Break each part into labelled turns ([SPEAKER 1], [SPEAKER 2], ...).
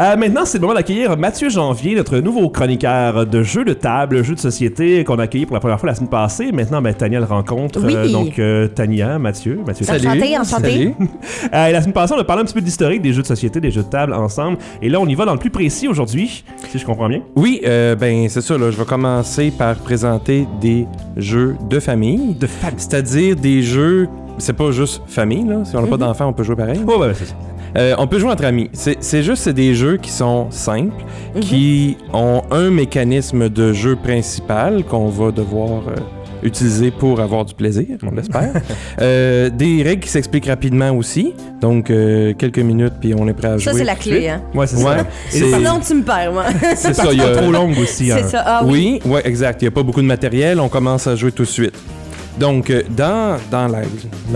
[SPEAKER 1] Euh, maintenant, c'est le moment d'accueillir Mathieu Janvier, notre nouveau chroniqueur de jeux de table, jeux de société qu'on a accueilli pour la première fois la semaine passée. Maintenant, ben, Tania le rencontre.
[SPEAKER 2] Oui.
[SPEAKER 1] donc, euh, Tania, Mathieu. Mathieu
[SPEAKER 2] Salut. Enchantée, enchantée.
[SPEAKER 3] Salut.
[SPEAKER 1] Euh, et la semaine passée, on a parlé un petit peu d'historique des jeux de société, des jeux de table ensemble. Et là, on y va dans le plus précis aujourd'hui, si je comprends bien.
[SPEAKER 3] Oui, euh, ben c'est ça. Là, je vais commencer par présenter des jeux de famille,
[SPEAKER 1] De famille.
[SPEAKER 3] c'est-à-dire des jeux. C'est pas juste famille. Là. Si on n'a pas d'enfants, on peut jouer pareil.
[SPEAKER 1] Oh, ben, c'est ça.
[SPEAKER 3] Euh, on peut jouer entre amis. C'est c'est juste c'est des jeux qui sont simples, qui ont un mécanisme de jeu principal qu'on va devoir euh, utiliser pour avoir du plaisir, on l'espère. Euh, des règles qui s'expliquent rapidement aussi. Donc, euh, quelques minutes, puis on est prêt à
[SPEAKER 2] Ça,
[SPEAKER 3] jouer.
[SPEAKER 2] c'est la clé. Hein.
[SPEAKER 1] Ouais, c'est
[SPEAKER 3] Ouais,
[SPEAKER 1] ça.
[SPEAKER 3] c'est-
[SPEAKER 1] Et
[SPEAKER 2] Sinon, tu me perds, moi.
[SPEAKER 3] c'est ça.
[SPEAKER 1] partie
[SPEAKER 3] il y a-
[SPEAKER 1] trop longue aussi. hein.
[SPEAKER 2] c'est ça. Ah oui.
[SPEAKER 3] oui, ouais, exact. Il n'y a pas beaucoup de matériel, on commence à jouer tout de suite. Donc, euh, dans, dans la-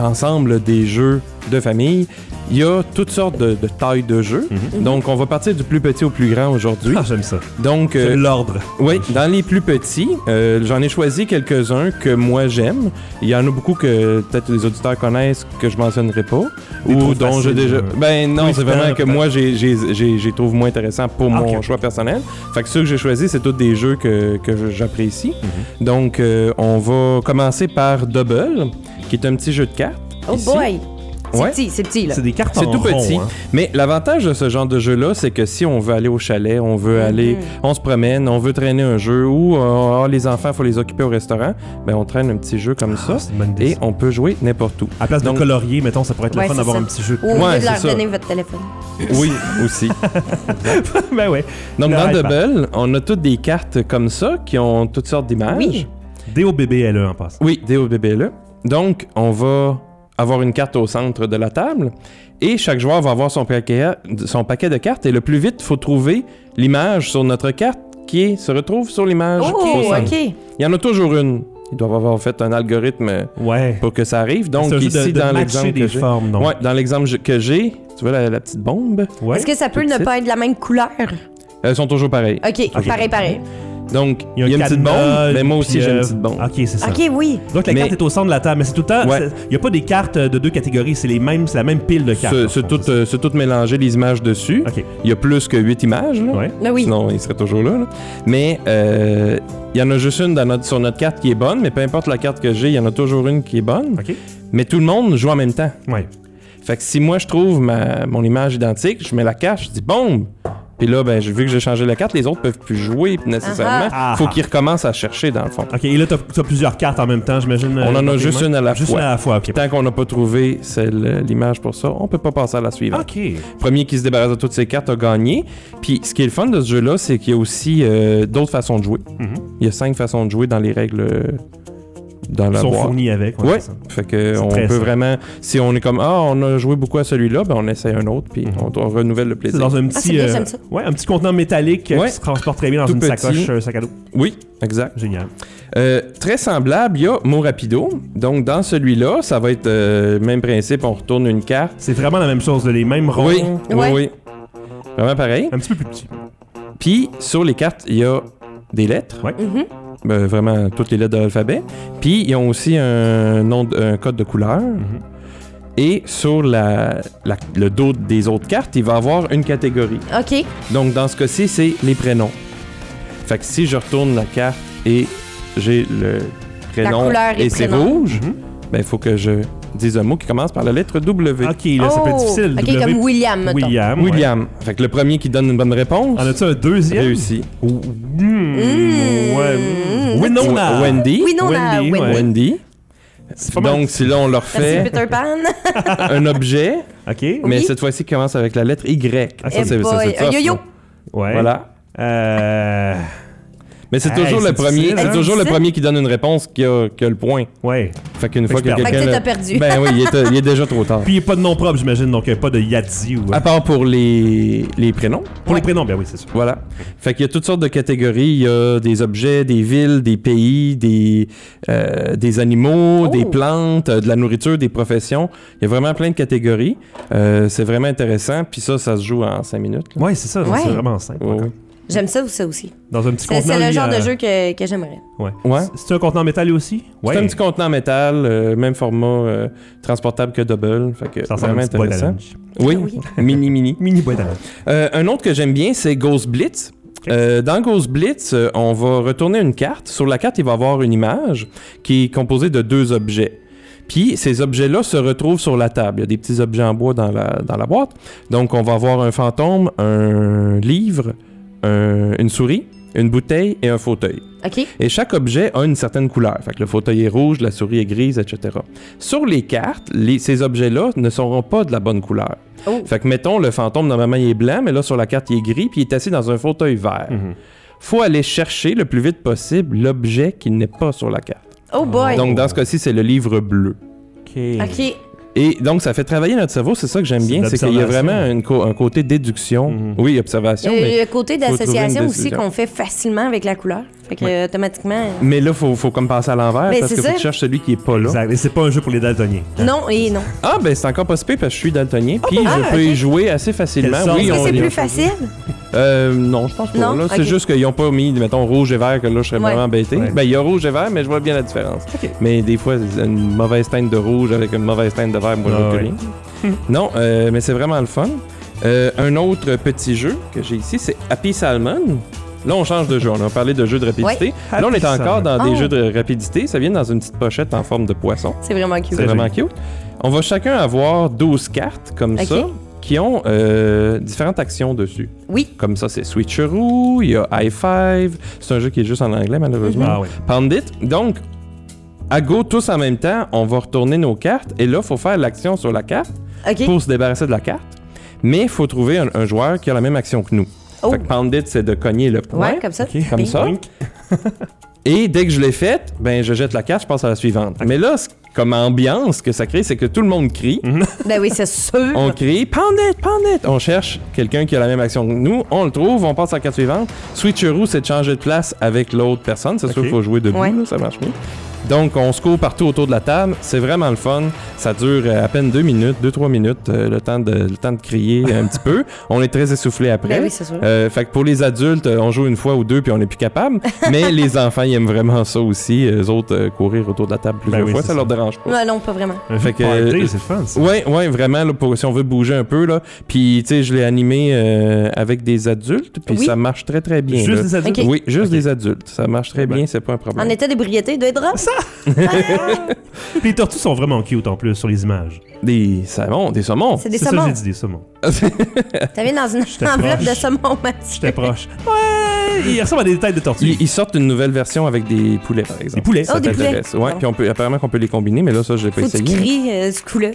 [SPEAKER 3] l'ensemble des jeux de famille, il y a toutes sortes de, de tailles de jeux. Donc, on va partir du plus petit au plus grand aujourd'hui.
[SPEAKER 1] Ah, j'aime ça.
[SPEAKER 3] Donc,
[SPEAKER 1] C'est
[SPEAKER 3] euh,
[SPEAKER 1] de l'ordre.
[SPEAKER 3] oui, dans les plus petits, euh, j'en ai choisi quelques-uns que moi j'aime. Il y en a beaucoup que peut-être les auditeurs connaissent que je mentionnerai pas
[SPEAKER 1] Des
[SPEAKER 3] ou
[SPEAKER 1] trop
[SPEAKER 3] dont j'ai
[SPEAKER 1] faciles,
[SPEAKER 3] déjà.
[SPEAKER 1] euh,
[SPEAKER 3] Ben non, c'est
[SPEAKER 1] évidents,
[SPEAKER 3] vraiment que
[SPEAKER 1] peut-être.
[SPEAKER 3] moi j'ai j'ai- j'ai- j'ai trouve moins intéressant pour
[SPEAKER 1] Ah,
[SPEAKER 3] mon
[SPEAKER 1] ok.
[SPEAKER 3] choix personnel. Fait que ceux que j'ai choisis, c'est tous des jeux que, que je- j'apprécie.
[SPEAKER 1] Mhm.
[SPEAKER 3] Donc euh, on va commencer par Double, qui est un petit jeu de cartes.
[SPEAKER 2] Oh
[SPEAKER 3] ici.
[SPEAKER 2] boy. C'est
[SPEAKER 3] Ouais.
[SPEAKER 2] petit, c'est petit, là.
[SPEAKER 1] C'est des cartes
[SPEAKER 3] C'est
[SPEAKER 1] en
[SPEAKER 3] tout
[SPEAKER 1] rond,
[SPEAKER 3] petit.
[SPEAKER 1] hein.
[SPEAKER 3] Mais l'avantage de ce genre de jeu-là, c'est que si on veut aller au chalet, on
[SPEAKER 1] Mhm.
[SPEAKER 3] veut aller, on se promène, on veut traîner un jeu ou euh, ah, les enfants, faut les occuper au restaurant, ben on traîne un petit jeu comme ça
[SPEAKER 1] Ah, c'est une bonne idée,
[SPEAKER 3] et
[SPEAKER 1] ça.
[SPEAKER 3] on peut jouer n'importe où.
[SPEAKER 1] À place de
[SPEAKER 3] Donc-
[SPEAKER 1] colorier, mettons, ça pourrait être le
[SPEAKER 2] Ouais,
[SPEAKER 1] fun
[SPEAKER 2] c'est
[SPEAKER 1] d'avoir
[SPEAKER 2] ça.
[SPEAKER 1] un petit jeu.
[SPEAKER 2] Au lieu
[SPEAKER 3] Ouais,
[SPEAKER 2] de
[SPEAKER 3] c'est
[SPEAKER 2] Oh, leur
[SPEAKER 3] ça.
[SPEAKER 2] donner votre téléphone.
[SPEAKER 3] Oui, aussi.
[SPEAKER 1] ben ouais.
[SPEAKER 3] Donc
[SPEAKER 1] Le
[SPEAKER 3] dans
[SPEAKER 1] iPad.
[SPEAKER 3] Double, on a toutes des cartes comme ça qui ont toutes sortes d'images.
[SPEAKER 2] Oui.
[SPEAKER 1] DOBBLE E, en passant.
[SPEAKER 3] Oui, DOBBLE. E. Donc, on va avoir une carte au centre de la table et chaque joueur va avoir son paquet, son paquet de cartes et le plus vite, il faut trouver l'image sur notre carte qui est- se retrouve sur l'image au
[SPEAKER 2] Oh,
[SPEAKER 3] centre.
[SPEAKER 2] OK.
[SPEAKER 3] Il y en a toujours une. Ils doivent avoir fait un algorithme
[SPEAKER 1] Ouais.
[SPEAKER 3] pour que ça arrive. Donc,
[SPEAKER 1] c'est un jeu de-
[SPEAKER 3] ici,
[SPEAKER 1] de
[SPEAKER 3] dans
[SPEAKER 1] matcher
[SPEAKER 3] l'exemple que
[SPEAKER 1] des
[SPEAKER 3] j'ai...
[SPEAKER 1] formes, donc.
[SPEAKER 3] Ouais, dans l'exemple que j'ai, tu vois la, la petite bombe,
[SPEAKER 1] Ouais.
[SPEAKER 2] Est-ce que ça peut
[SPEAKER 3] Tout de
[SPEAKER 2] ne
[SPEAKER 3] suite.
[SPEAKER 2] pas être de la même couleur?
[SPEAKER 3] elles sont toujours pareilles.
[SPEAKER 2] OK, pareil, pareil.
[SPEAKER 3] Donc, il y a, une petite
[SPEAKER 1] cadenas,
[SPEAKER 3] bombe, mais moi
[SPEAKER 1] puis,
[SPEAKER 3] aussi, j'ai
[SPEAKER 1] euh,
[SPEAKER 3] une petite bombe.
[SPEAKER 1] Ok, c'est ça.
[SPEAKER 2] OK, oui.
[SPEAKER 1] Donc la
[SPEAKER 3] Mais-
[SPEAKER 1] carte est au centre de la table, mais c'est tout le temps.
[SPEAKER 3] Ouais.
[SPEAKER 1] c'est- Il n'y a pas des cartes euh, de deux catégories, c'est les mêmes, c'est la même pile de cartes.
[SPEAKER 3] C'est
[SPEAKER 1] en
[SPEAKER 3] c'est
[SPEAKER 1] fond,
[SPEAKER 3] tout,
[SPEAKER 1] c'est
[SPEAKER 3] euh, c'est tout mélangé, les images dessus.
[SPEAKER 1] ça. Ok.
[SPEAKER 3] Il y a plus que 8 images. là.
[SPEAKER 1] Ouais.
[SPEAKER 2] Mais oui.
[SPEAKER 3] Sinon, il serait toujours là. là. Mais euh, il y en a juste une dans notre- sur notre carte qui est bonne, mais peu importe la carte que j'ai, il y en a toujours une qui est bonne.
[SPEAKER 1] Ok.
[SPEAKER 3] Mais tout le monde joue en même temps.
[SPEAKER 1] Ouais.
[SPEAKER 3] Fait que si moi je trouve ma, mon image identique, je mets la carte, je dis bombe. Puis là, ben, j'ai- vu que j'ai changé la carte, les autres peuvent plus jouer nécessairement.
[SPEAKER 1] Ah ah.
[SPEAKER 3] Faut qu'ils recommencent à chercher dans le fond.
[SPEAKER 1] Ok. Et là, t'as as plusieurs cartes en même temps, j'imagine.
[SPEAKER 3] On
[SPEAKER 1] euh,
[SPEAKER 3] en
[SPEAKER 1] dans
[SPEAKER 3] a
[SPEAKER 1] tes
[SPEAKER 3] juste
[SPEAKER 1] mains.
[SPEAKER 3] une à la
[SPEAKER 1] Juste
[SPEAKER 3] fois.
[SPEAKER 1] une à la fois. Ok.
[SPEAKER 3] Tant qu'on n'a pas trouvé celle- euh, l'image pour ça, on peut pas passer à la suivante.
[SPEAKER 1] Ok.
[SPEAKER 3] premier qui se débarrasse de toutes ses cartes a gagné. Puis ce qui est le fun de ce jeu-là, c'est qu'il y a aussi euh, d'autres façons de jouer.
[SPEAKER 1] Mhm.
[SPEAKER 3] Il y a cinq façons de jouer dans les règles euh, dans
[SPEAKER 1] Ils
[SPEAKER 3] la
[SPEAKER 1] sont
[SPEAKER 3] boîte.
[SPEAKER 1] fournis avec. c'est
[SPEAKER 3] Ouais.
[SPEAKER 1] ça.
[SPEAKER 3] Fait que
[SPEAKER 1] C'est
[SPEAKER 3] on
[SPEAKER 1] très
[SPEAKER 3] peut
[SPEAKER 1] ça.
[SPEAKER 3] vraiment, si on est comme ah on a joué beaucoup à celui-là, ben on essaie un autre puis
[SPEAKER 1] Mhm.
[SPEAKER 3] on, on renouvelle le
[SPEAKER 1] C'est
[SPEAKER 3] plaisir.
[SPEAKER 1] dans un
[SPEAKER 2] Ah, c'est
[SPEAKER 1] petit.
[SPEAKER 2] bien,
[SPEAKER 1] euh,
[SPEAKER 2] j'aime ça.
[SPEAKER 1] ouais, un petit contenant métallique euh,
[SPEAKER 3] Ouais.
[SPEAKER 1] qui se transporte très bien dans
[SPEAKER 3] Tout
[SPEAKER 1] une
[SPEAKER 3] petit.
[SPEAKER 1] sacoche, euh, sac à dos.
[SPEAKER 3] Oui, exact.
[SPEAKER 1] Génial.
[SPEAKER 3] Euh, très semblable, il y a Mot Rapido. Donc dans celui-là, ça va être euh, même principe, on retourne une carte.
[SPEAKER 1] C'est vraiment la même chose, les mêmes ronds.
[SPEAKER 3] Oui, oui,
[SPEAKER 2] Ouais.
[SPEAKER 3] oui. Vraiment pareil.
[SPEAKER 1] Un petit peu plus petit.
[SPEAKER 3] Puis sur les cartes, il y a des lettres.
[SPEAKER 2] Mhm.
[SPEAKER 3] Ben, vraiment toutes les lettres de l'alphabet. Puis ils ont aussi un, nom de- un code de couleur.
[SPEAKER 1] Mhm.
[SPEAKER 3] Et sur la, la- le dos des autres cartes, il va avoir une catégorie.
[SPEAKER 2] OK.
[SPEAKER 3] Donc dans ce cas-ci, c'est les prénoms. Fait que si je retourne la carte et j'ai le prénom
[SPEAKER 2] couleur et
[SPEAKER 3] et c'est
[SPEAKER 2] prénom.
[SPEAKER 3] rouge,
[SPEAKER 1] Mhm.
[SPEAKER 3] ben il faut que je dise un mot qui commence par la lettre W.
[SPEAKER 1] Ok, là, ça peut être
[SPEAKER 2] Oh,
[SPEAKER 1] difficile.
[SPEAKER 2] OK,
[SPEAKER 1] W-
[SPEAKER 2] comme William, mettons.
[SPEAKER 1] William. Ah, ouais.
[SPEAKER 3] William. Fait que le premier qui donne une bonne réponse
[SPEAKER 1] En as-tu un deuxième?
[SPEAKER 3] réussit.
[SPEAKER 1] Ouh, hmm, ouais.
[SPEAKER 2] Mm.
[SPEAKER 1] Winona.
[SPEAKER 3] Wendy.
[SPEAKER 2] Oui, non, la
[SPEAKER 1] Wendy, ouais.
[SPEAKER 2] Wendy.
[SPEAKER 3] Wendy.
[SPEAKER 1] C'est pas mal.
[SPEAKER 3] Donc si là on leur
[SPEAKER 2] Merci,
[SPEAKER 3] fait
[SPEAKER 2] Peter Pan.
[SPEAKER 3] un objet.
[SPEAKER 1] OK.
[SPEAKER 3] Mais
[SPEAKER 2] Oui.
[SPEAKER 3] cette fois-ci qui commence avec la lettre Y.
[SPEAKER 1] Ah, c'est-
[SPEAKER 3] Ça, c'est-
[SPEAKER 2] Eh
[SPEAKER 3] ça, c'est
[SPEAKER 2] boy,
[SPEAKER 3] tough,
[SPEAKER 2] un yo-yo.
[SPEAKER 3] ça.
[SPEAKER 1] Ouais.
[SPEAKER 3] Voilà.
[SPEAKER 1] Euh...
[SPEAKER 3] Mais c'est
[SPEAKER 1] Hey,
[SPEAKER 3] toujours
[SPEAKER 1] c'est
[SPEAKER 3] le premier,
[SPEAKER 1] difficile,
[SPEAKER 3] c'est
[SPEAKER 1] hein?
[SPEAKER 3] toujours le
[SPEAKER 2] Difficile.
[SPEAKER 3] premier qui donne une réponse qui a, qui a le point.
[SPEAKER 1] Ouais.
[SPEAKER 3] Fait qu'une
[SPEAKER 1] Fait
[SPEAKER 3] fois
[SPEAKER 1] que
[SPEAKER 3] que
[SPEAKER 1] je perds.
[SPEAKER 3] quelqu'un
[SPEAKER 2] Fait que
[SPEAKER 3] l'a-
[SPEAKER 2] t'as perdu.
[SPEAKER 3] Ben oui, il est, il est déjà trop tard.
[SPEAKER 1] Puis il n'y a pas de nom propre, j'imagine, donc euh, pas de Yadzi ou.
[SPEAKER 3] À part pour les, les prénoms,
[SPEAKER 1] Pour les prénoms, bien oui, c'est sûr.
[SPEAKER 3] voilà. Fait qu'il y a toutes sortes de catégories. Il y a des objets, des villes, des pays, des, euh, des animaux,
[SPEAKER 2] Oh.
[SPEAKER 3] des plantes, euh, de la nourriture, des professions. Il y a vraiment plein de catégories. Euh, c'est vraiment intéressant. Puis ça, ça se joue en cinq minutes. là.
[SPEAKER 1] Ouais, c'est ça,
[SPEAKER 2] Ouais.
[SPEAKER 1] c'est vraiment simple.
[SPEAKER 3] Ouais,
[SPEAKER 1] encore.
[SPEAKER 3] ouais.
[SPEAKER 2] J'aime ça ou ça aussi.
[SPEAKER 1] Dans un petit
[SPEAKER 2] C'est
[SPEAKER 1] contenant.
[SPEAKER 2] c'est le
[SPEAKER 1] lui,
[SPEAKER 2] genre
[SPEAKER 1] euh,
[SPEAKER 2] de jeu que, que j'aimerais.
[SPEAKER 1] Ouais.
[SPEAKER 3] Ouais.
[SPEAKER 1] C'est- C'est un contenant métal lui aussi? Ouais.
[SPEAKER 3] C'est un petit contenant métal, euh, même format euh, transportable que double. Fait que
[SPEAKER 1] Ça ressemble à
[SPEAKER 3] vraiment
[SPEAKER 1] un petit boîte à
[SPEAKER 3] intéressant.
[SPEAKER 1] lunch.
[SPEAKER 3] Oui,
[SPEAKER 2] Oui.
[SPEAKER 3] mini mini.
[SPEAKER 1] Mini boîte à lunch.
[SPEAKER 3] Euh, un autre que j'aime bien, c'est Ghost Blitz. Euh, dans Ghost Blitz, euh, on va retourner une carte. Sur la carte, il va y avoir une image qui est composée de deux objets. Puis ces objets-là se retrouvent sur la table. Il y a des petits objets en bois dans la, dans la boîte. Donc on va avoir un fantôme, un livre, un- une souris, une bouteille et un fauteuil.
[SPEAKER 2] OK?
[SPEAKER 3] Et chaque objet a une certaine couleur. Fait que le fauteuil est rouge, la souris est grise, etc. Sur les cartes, les- ces objets-là ne seront pas de la bonne couleur.
[SPEAKER 2] Oh.
[SPEAKER 3] Fait que mettons, le fantôme normalement il est blanc, mais là sur la carte il est gris, puis il est assis dans un fauteuil vert.
[SPEAKER 1] Mhm.
[SPEAKER 3] Faut aller chercher le plus vite possible l'objet qui n'est pas sur la carte.
[SPEAKER 2] Oh boy!
[SPEAKER 3] Donc dans ce cas-ci, c'est le livre bleu.
[SPEAKER 1] OK.
[SPEAKER 2] OK.
[SPEAKER 3] Et donc ça fait travailler notre cerveau, c'est ça que j'aime
[SPEAKER 1] C'est
[SPEAKER 3] bien, c'est qu'il y a
[SPEAKER 1] l'observation.
[SPEAKER 3] vraiment une co- un côté déduction.
[SPEAKER 1] Mhm.
[SPEAKER 3] Oui, observation, mais
[SPEAKER 2] Euh, le côté
[SPEAKER 3] trouver une
[SPEAKER 2] d'association aussi
[SPEAKER 3] décision.
[SPEAKER 2] qu'on fait facilement avec la couleur. Fait que
[SPEAKER 3] Ouais.
[SPEAKER 2] euh, automatiquement.
[SPEAKER 3] mais là faut faut comme passer à l'envers
[SPEAKER 2] Mais
[SPEAKER 3] parce
[SPEAKER 2] c'est
[SPEAKER 3] que faut
[SPEAKER 2] ça.
[SPEAKER 3] que tu cherches celui qui est pas là.
[SPEAKER 1] Exact. Et c'est pas un jeu pour les daltoniens.
[SPEAKER 2] Non et non.
[SPEAKER 3] Ah, ben c'est encore pas si pire parce que je suis daltonien, puis
[SPEAKER 2] ah,
[SPEAKER 3] je peux
[SPEAKER 2] ok.
[SPEAKER 3] y jouer assez facilement.
[SPEAKER 1] Quelle sorte?
[SPEAKER 3] Oui,
[SPEAKER 1] Est-ce
[SPEAKER 2] Est-ce
[SPEAKER 3] on-
[SPEAKER 2] que c'est
[SPEAKER 1] l'a
[SPEAKER 2] plus
[SPEAKER 1] pas vu.
[SPEAKER 2] facile?
[SPEAKER 3] Euh, non, je pense pas.
[SPEAKER 2] Non?
[SPEAKER 3] là. C'est
[SPEAKER 2] Ok.
[SPEAKER 3] juste qu'ils ont pas mis, mettons, rouge et vert, que là, je serais
[SPEAKER 2] Ouais.
[SPEAKER 3] vraiment embêté.
[SPEAKER 1] Ouais.
[SPEAKER 3] Ben, il y a rouge et vert, mais je vois bien la différence. Mais des fois, c'est une mauvaise teinte de rouge avec une mauvaise teinte de vert, moi, je
[SPEAKER 1] Ah
[SPEAKER 3] vois plus
[SPEAKER 1] ouais.
[SPEAKER 3] rien. Non, euh, mais c'est vraiment le fun. Euh, un autre petit jeu que j'ai ici, c'est Happy Salmon. Là, on change de jeu. On a parlé de jeux de rapidité. Là, on est
[SPEAKER 1] Happy
[SPEAKER 3] encore
[SPEAKER 1] Salmon.
[SPEAKER 3] dans des
[SPEAKER 2] Oh.
[SPEAKER 3] jeux de rapidité. Ça vient dans une petite pochette en forme de poisson.
[SPEAKER 2] C'est vraiment cute.
[SPEAKER 3] C'est
[SPEAKER 1] Très
[SPEAKER 3] vraiment cute. On va chacun avoir 12 cartes comme
[SPEAKER 2] Ok.
[SPEAKER 3] ça qui ont euh, différentes actions dessus.
[SPEAKER 2] Oui.
[SPEAKER 3] Comme ça, c'est Switcheroo, il y a High Five. C'est un jeu qui est juste en anglais, malheureusement.
[SPEAKER 1] Ah ouais.
[SPEAKER 3] Pandit. Donc, à go tous en même temps, on va retourner nos cartes. Et là, il faut faire l'action sur la carte
[SPEAKER 2] OK.
[SPEAKER 3] pour se débarrasser de la carte. Mais il faut trouver un, un joueur qui a la même action que nous.
[SPEAKER 2] Oh.
[SPEAKER 3] Fait que Pandit, c'est de cogner le point.
[SPEAKER 2] Ouais, comme ça.
[SPEAKER 1] Ok.
[SPEAKER 3] Comme ça.
[SPEAKER 1] Wink.
[SPEAKER 3] Et dès que je l'ai faite, ben, je jette la carte, je passe à la suivante. Mais là, c- comme ambiance que ça crée, c'est que tout le monde crie.
[SPEAKER 2] Ben oui, c'est sûr.
[SPEAKER 3] On crie Pandette, Pandette. On cherche quelqu'un qui a la même action que nous. On le trouve, on passe à la carte suivante. Switcheroo, c'est de changer de place avec l'autre personne. C'est sûr
[SPEAKER 1] Ok.
[SPEAKER 3] qu'il faut jouer debout,
[SPEAKER 2] Ouais.
[SPEAKER 3] là, ça marche mieux. Donc, on se court partout autour de la table. C'est vraiment le fun. Ça dure euh, à peine deux minutes, deux, trois minutes, euh, le, temps de, le temps de crier un petit peu. On est très essoufflé après.
[SPEAKER 2] Ben oui, c'est sûr.
[SPEAKER 3] Euh, fait que pour les adultes, euh, on joue une fois ou deux puis on n'est plus capable. Mais les enfants, ils aiment vraiment ça aussi. Eux autres, euh, courir autour de la table
[SPEAKER 2] Ben
[SPEAKER 3] plusieurs
[SPEAKER 1] oui,
[SPEAKER 3] fois,
[SPEAKER 1] c'est
[SPEAKER 3] ça,
[SPEAKER 1] ça.
[SPEAKER 3] leur dérange pas.
[SPEAKER 2] Ouais, non, pas vraiment.
[SPEAKER 1] Un
[SPEAKER 3] Fait
[SPEAKER 1] fait
[SPEAKER 3] que-
[SPEAKER 1] que. Party, c'est le fun, ça.
[SPEAKER 3] Ouais, ouais, vraiment, là, pour, si on veut bouger un peu, là. Puis, tu sais, je l'ai animé euh, avec des adultes, puis
[SPEAKER 2] Oui.
[SPEAKER 3] ça marche très, très bien.
[SPEAKER 1] Juste
[SPEAKER 3] là.
[SPEAKER 1] des adultes.
[SPEAKER 2] Ok.
[SPEAKER 3] Oui, juste
[SPEAKER 1] Ok.
[SPEAKER 3] des adultes. Ça marche très
[SPEAKER 1] Eh ben.
[SPEAKER 3] bien, c'est pas un
[SPEAKER 2] En
[SPEAKER 3] problème.
[SPEAKER 2] état d'ébriété, doit être drôle.
[SPEAKER 1] Puis Les tortues sont vraiment cute en plus sur les images.
[SPEAKER 3] Des salmons, des saumons.
[SPEAKER 2] C'est des
[SPEAKER 1] C'est ça que
[SPEAKER 2] saumons.
[SPEAKER 1] j'ai dit, des saumons.
[SPEAKER 2] T'avais dans une
[SPEAKER 1] t'approche.
[SPEAKER 2] enveloppe de saumon, Mathieu.
[SPEAKER 1] J'étais proche. Ouais, ils ressemblent à des têtes de tortues.
[SPEAKER 3] Ils, ils sortent une nouvelle version avec des poulets, par exemple.
[SPEAKER 1] Des poulets.
[SPEAKER 3] Ça
[SPEAKER 2] Oh, des
[SPEAKER 3] t'intéresse.
[SPEAKER 2] poulets.
[SPEAKER 3] Ouais,
[SPEAKER 2] Bon.
[SPEAKER 3] puis on peut, apparemment qu'on peut les combiner, mais là, ça, je l'ai pas
[SPEAKER 2] Faut que tu
[SPEAKER 3] essayé.
[SPEAKER 2] cries euh, ce coup-là.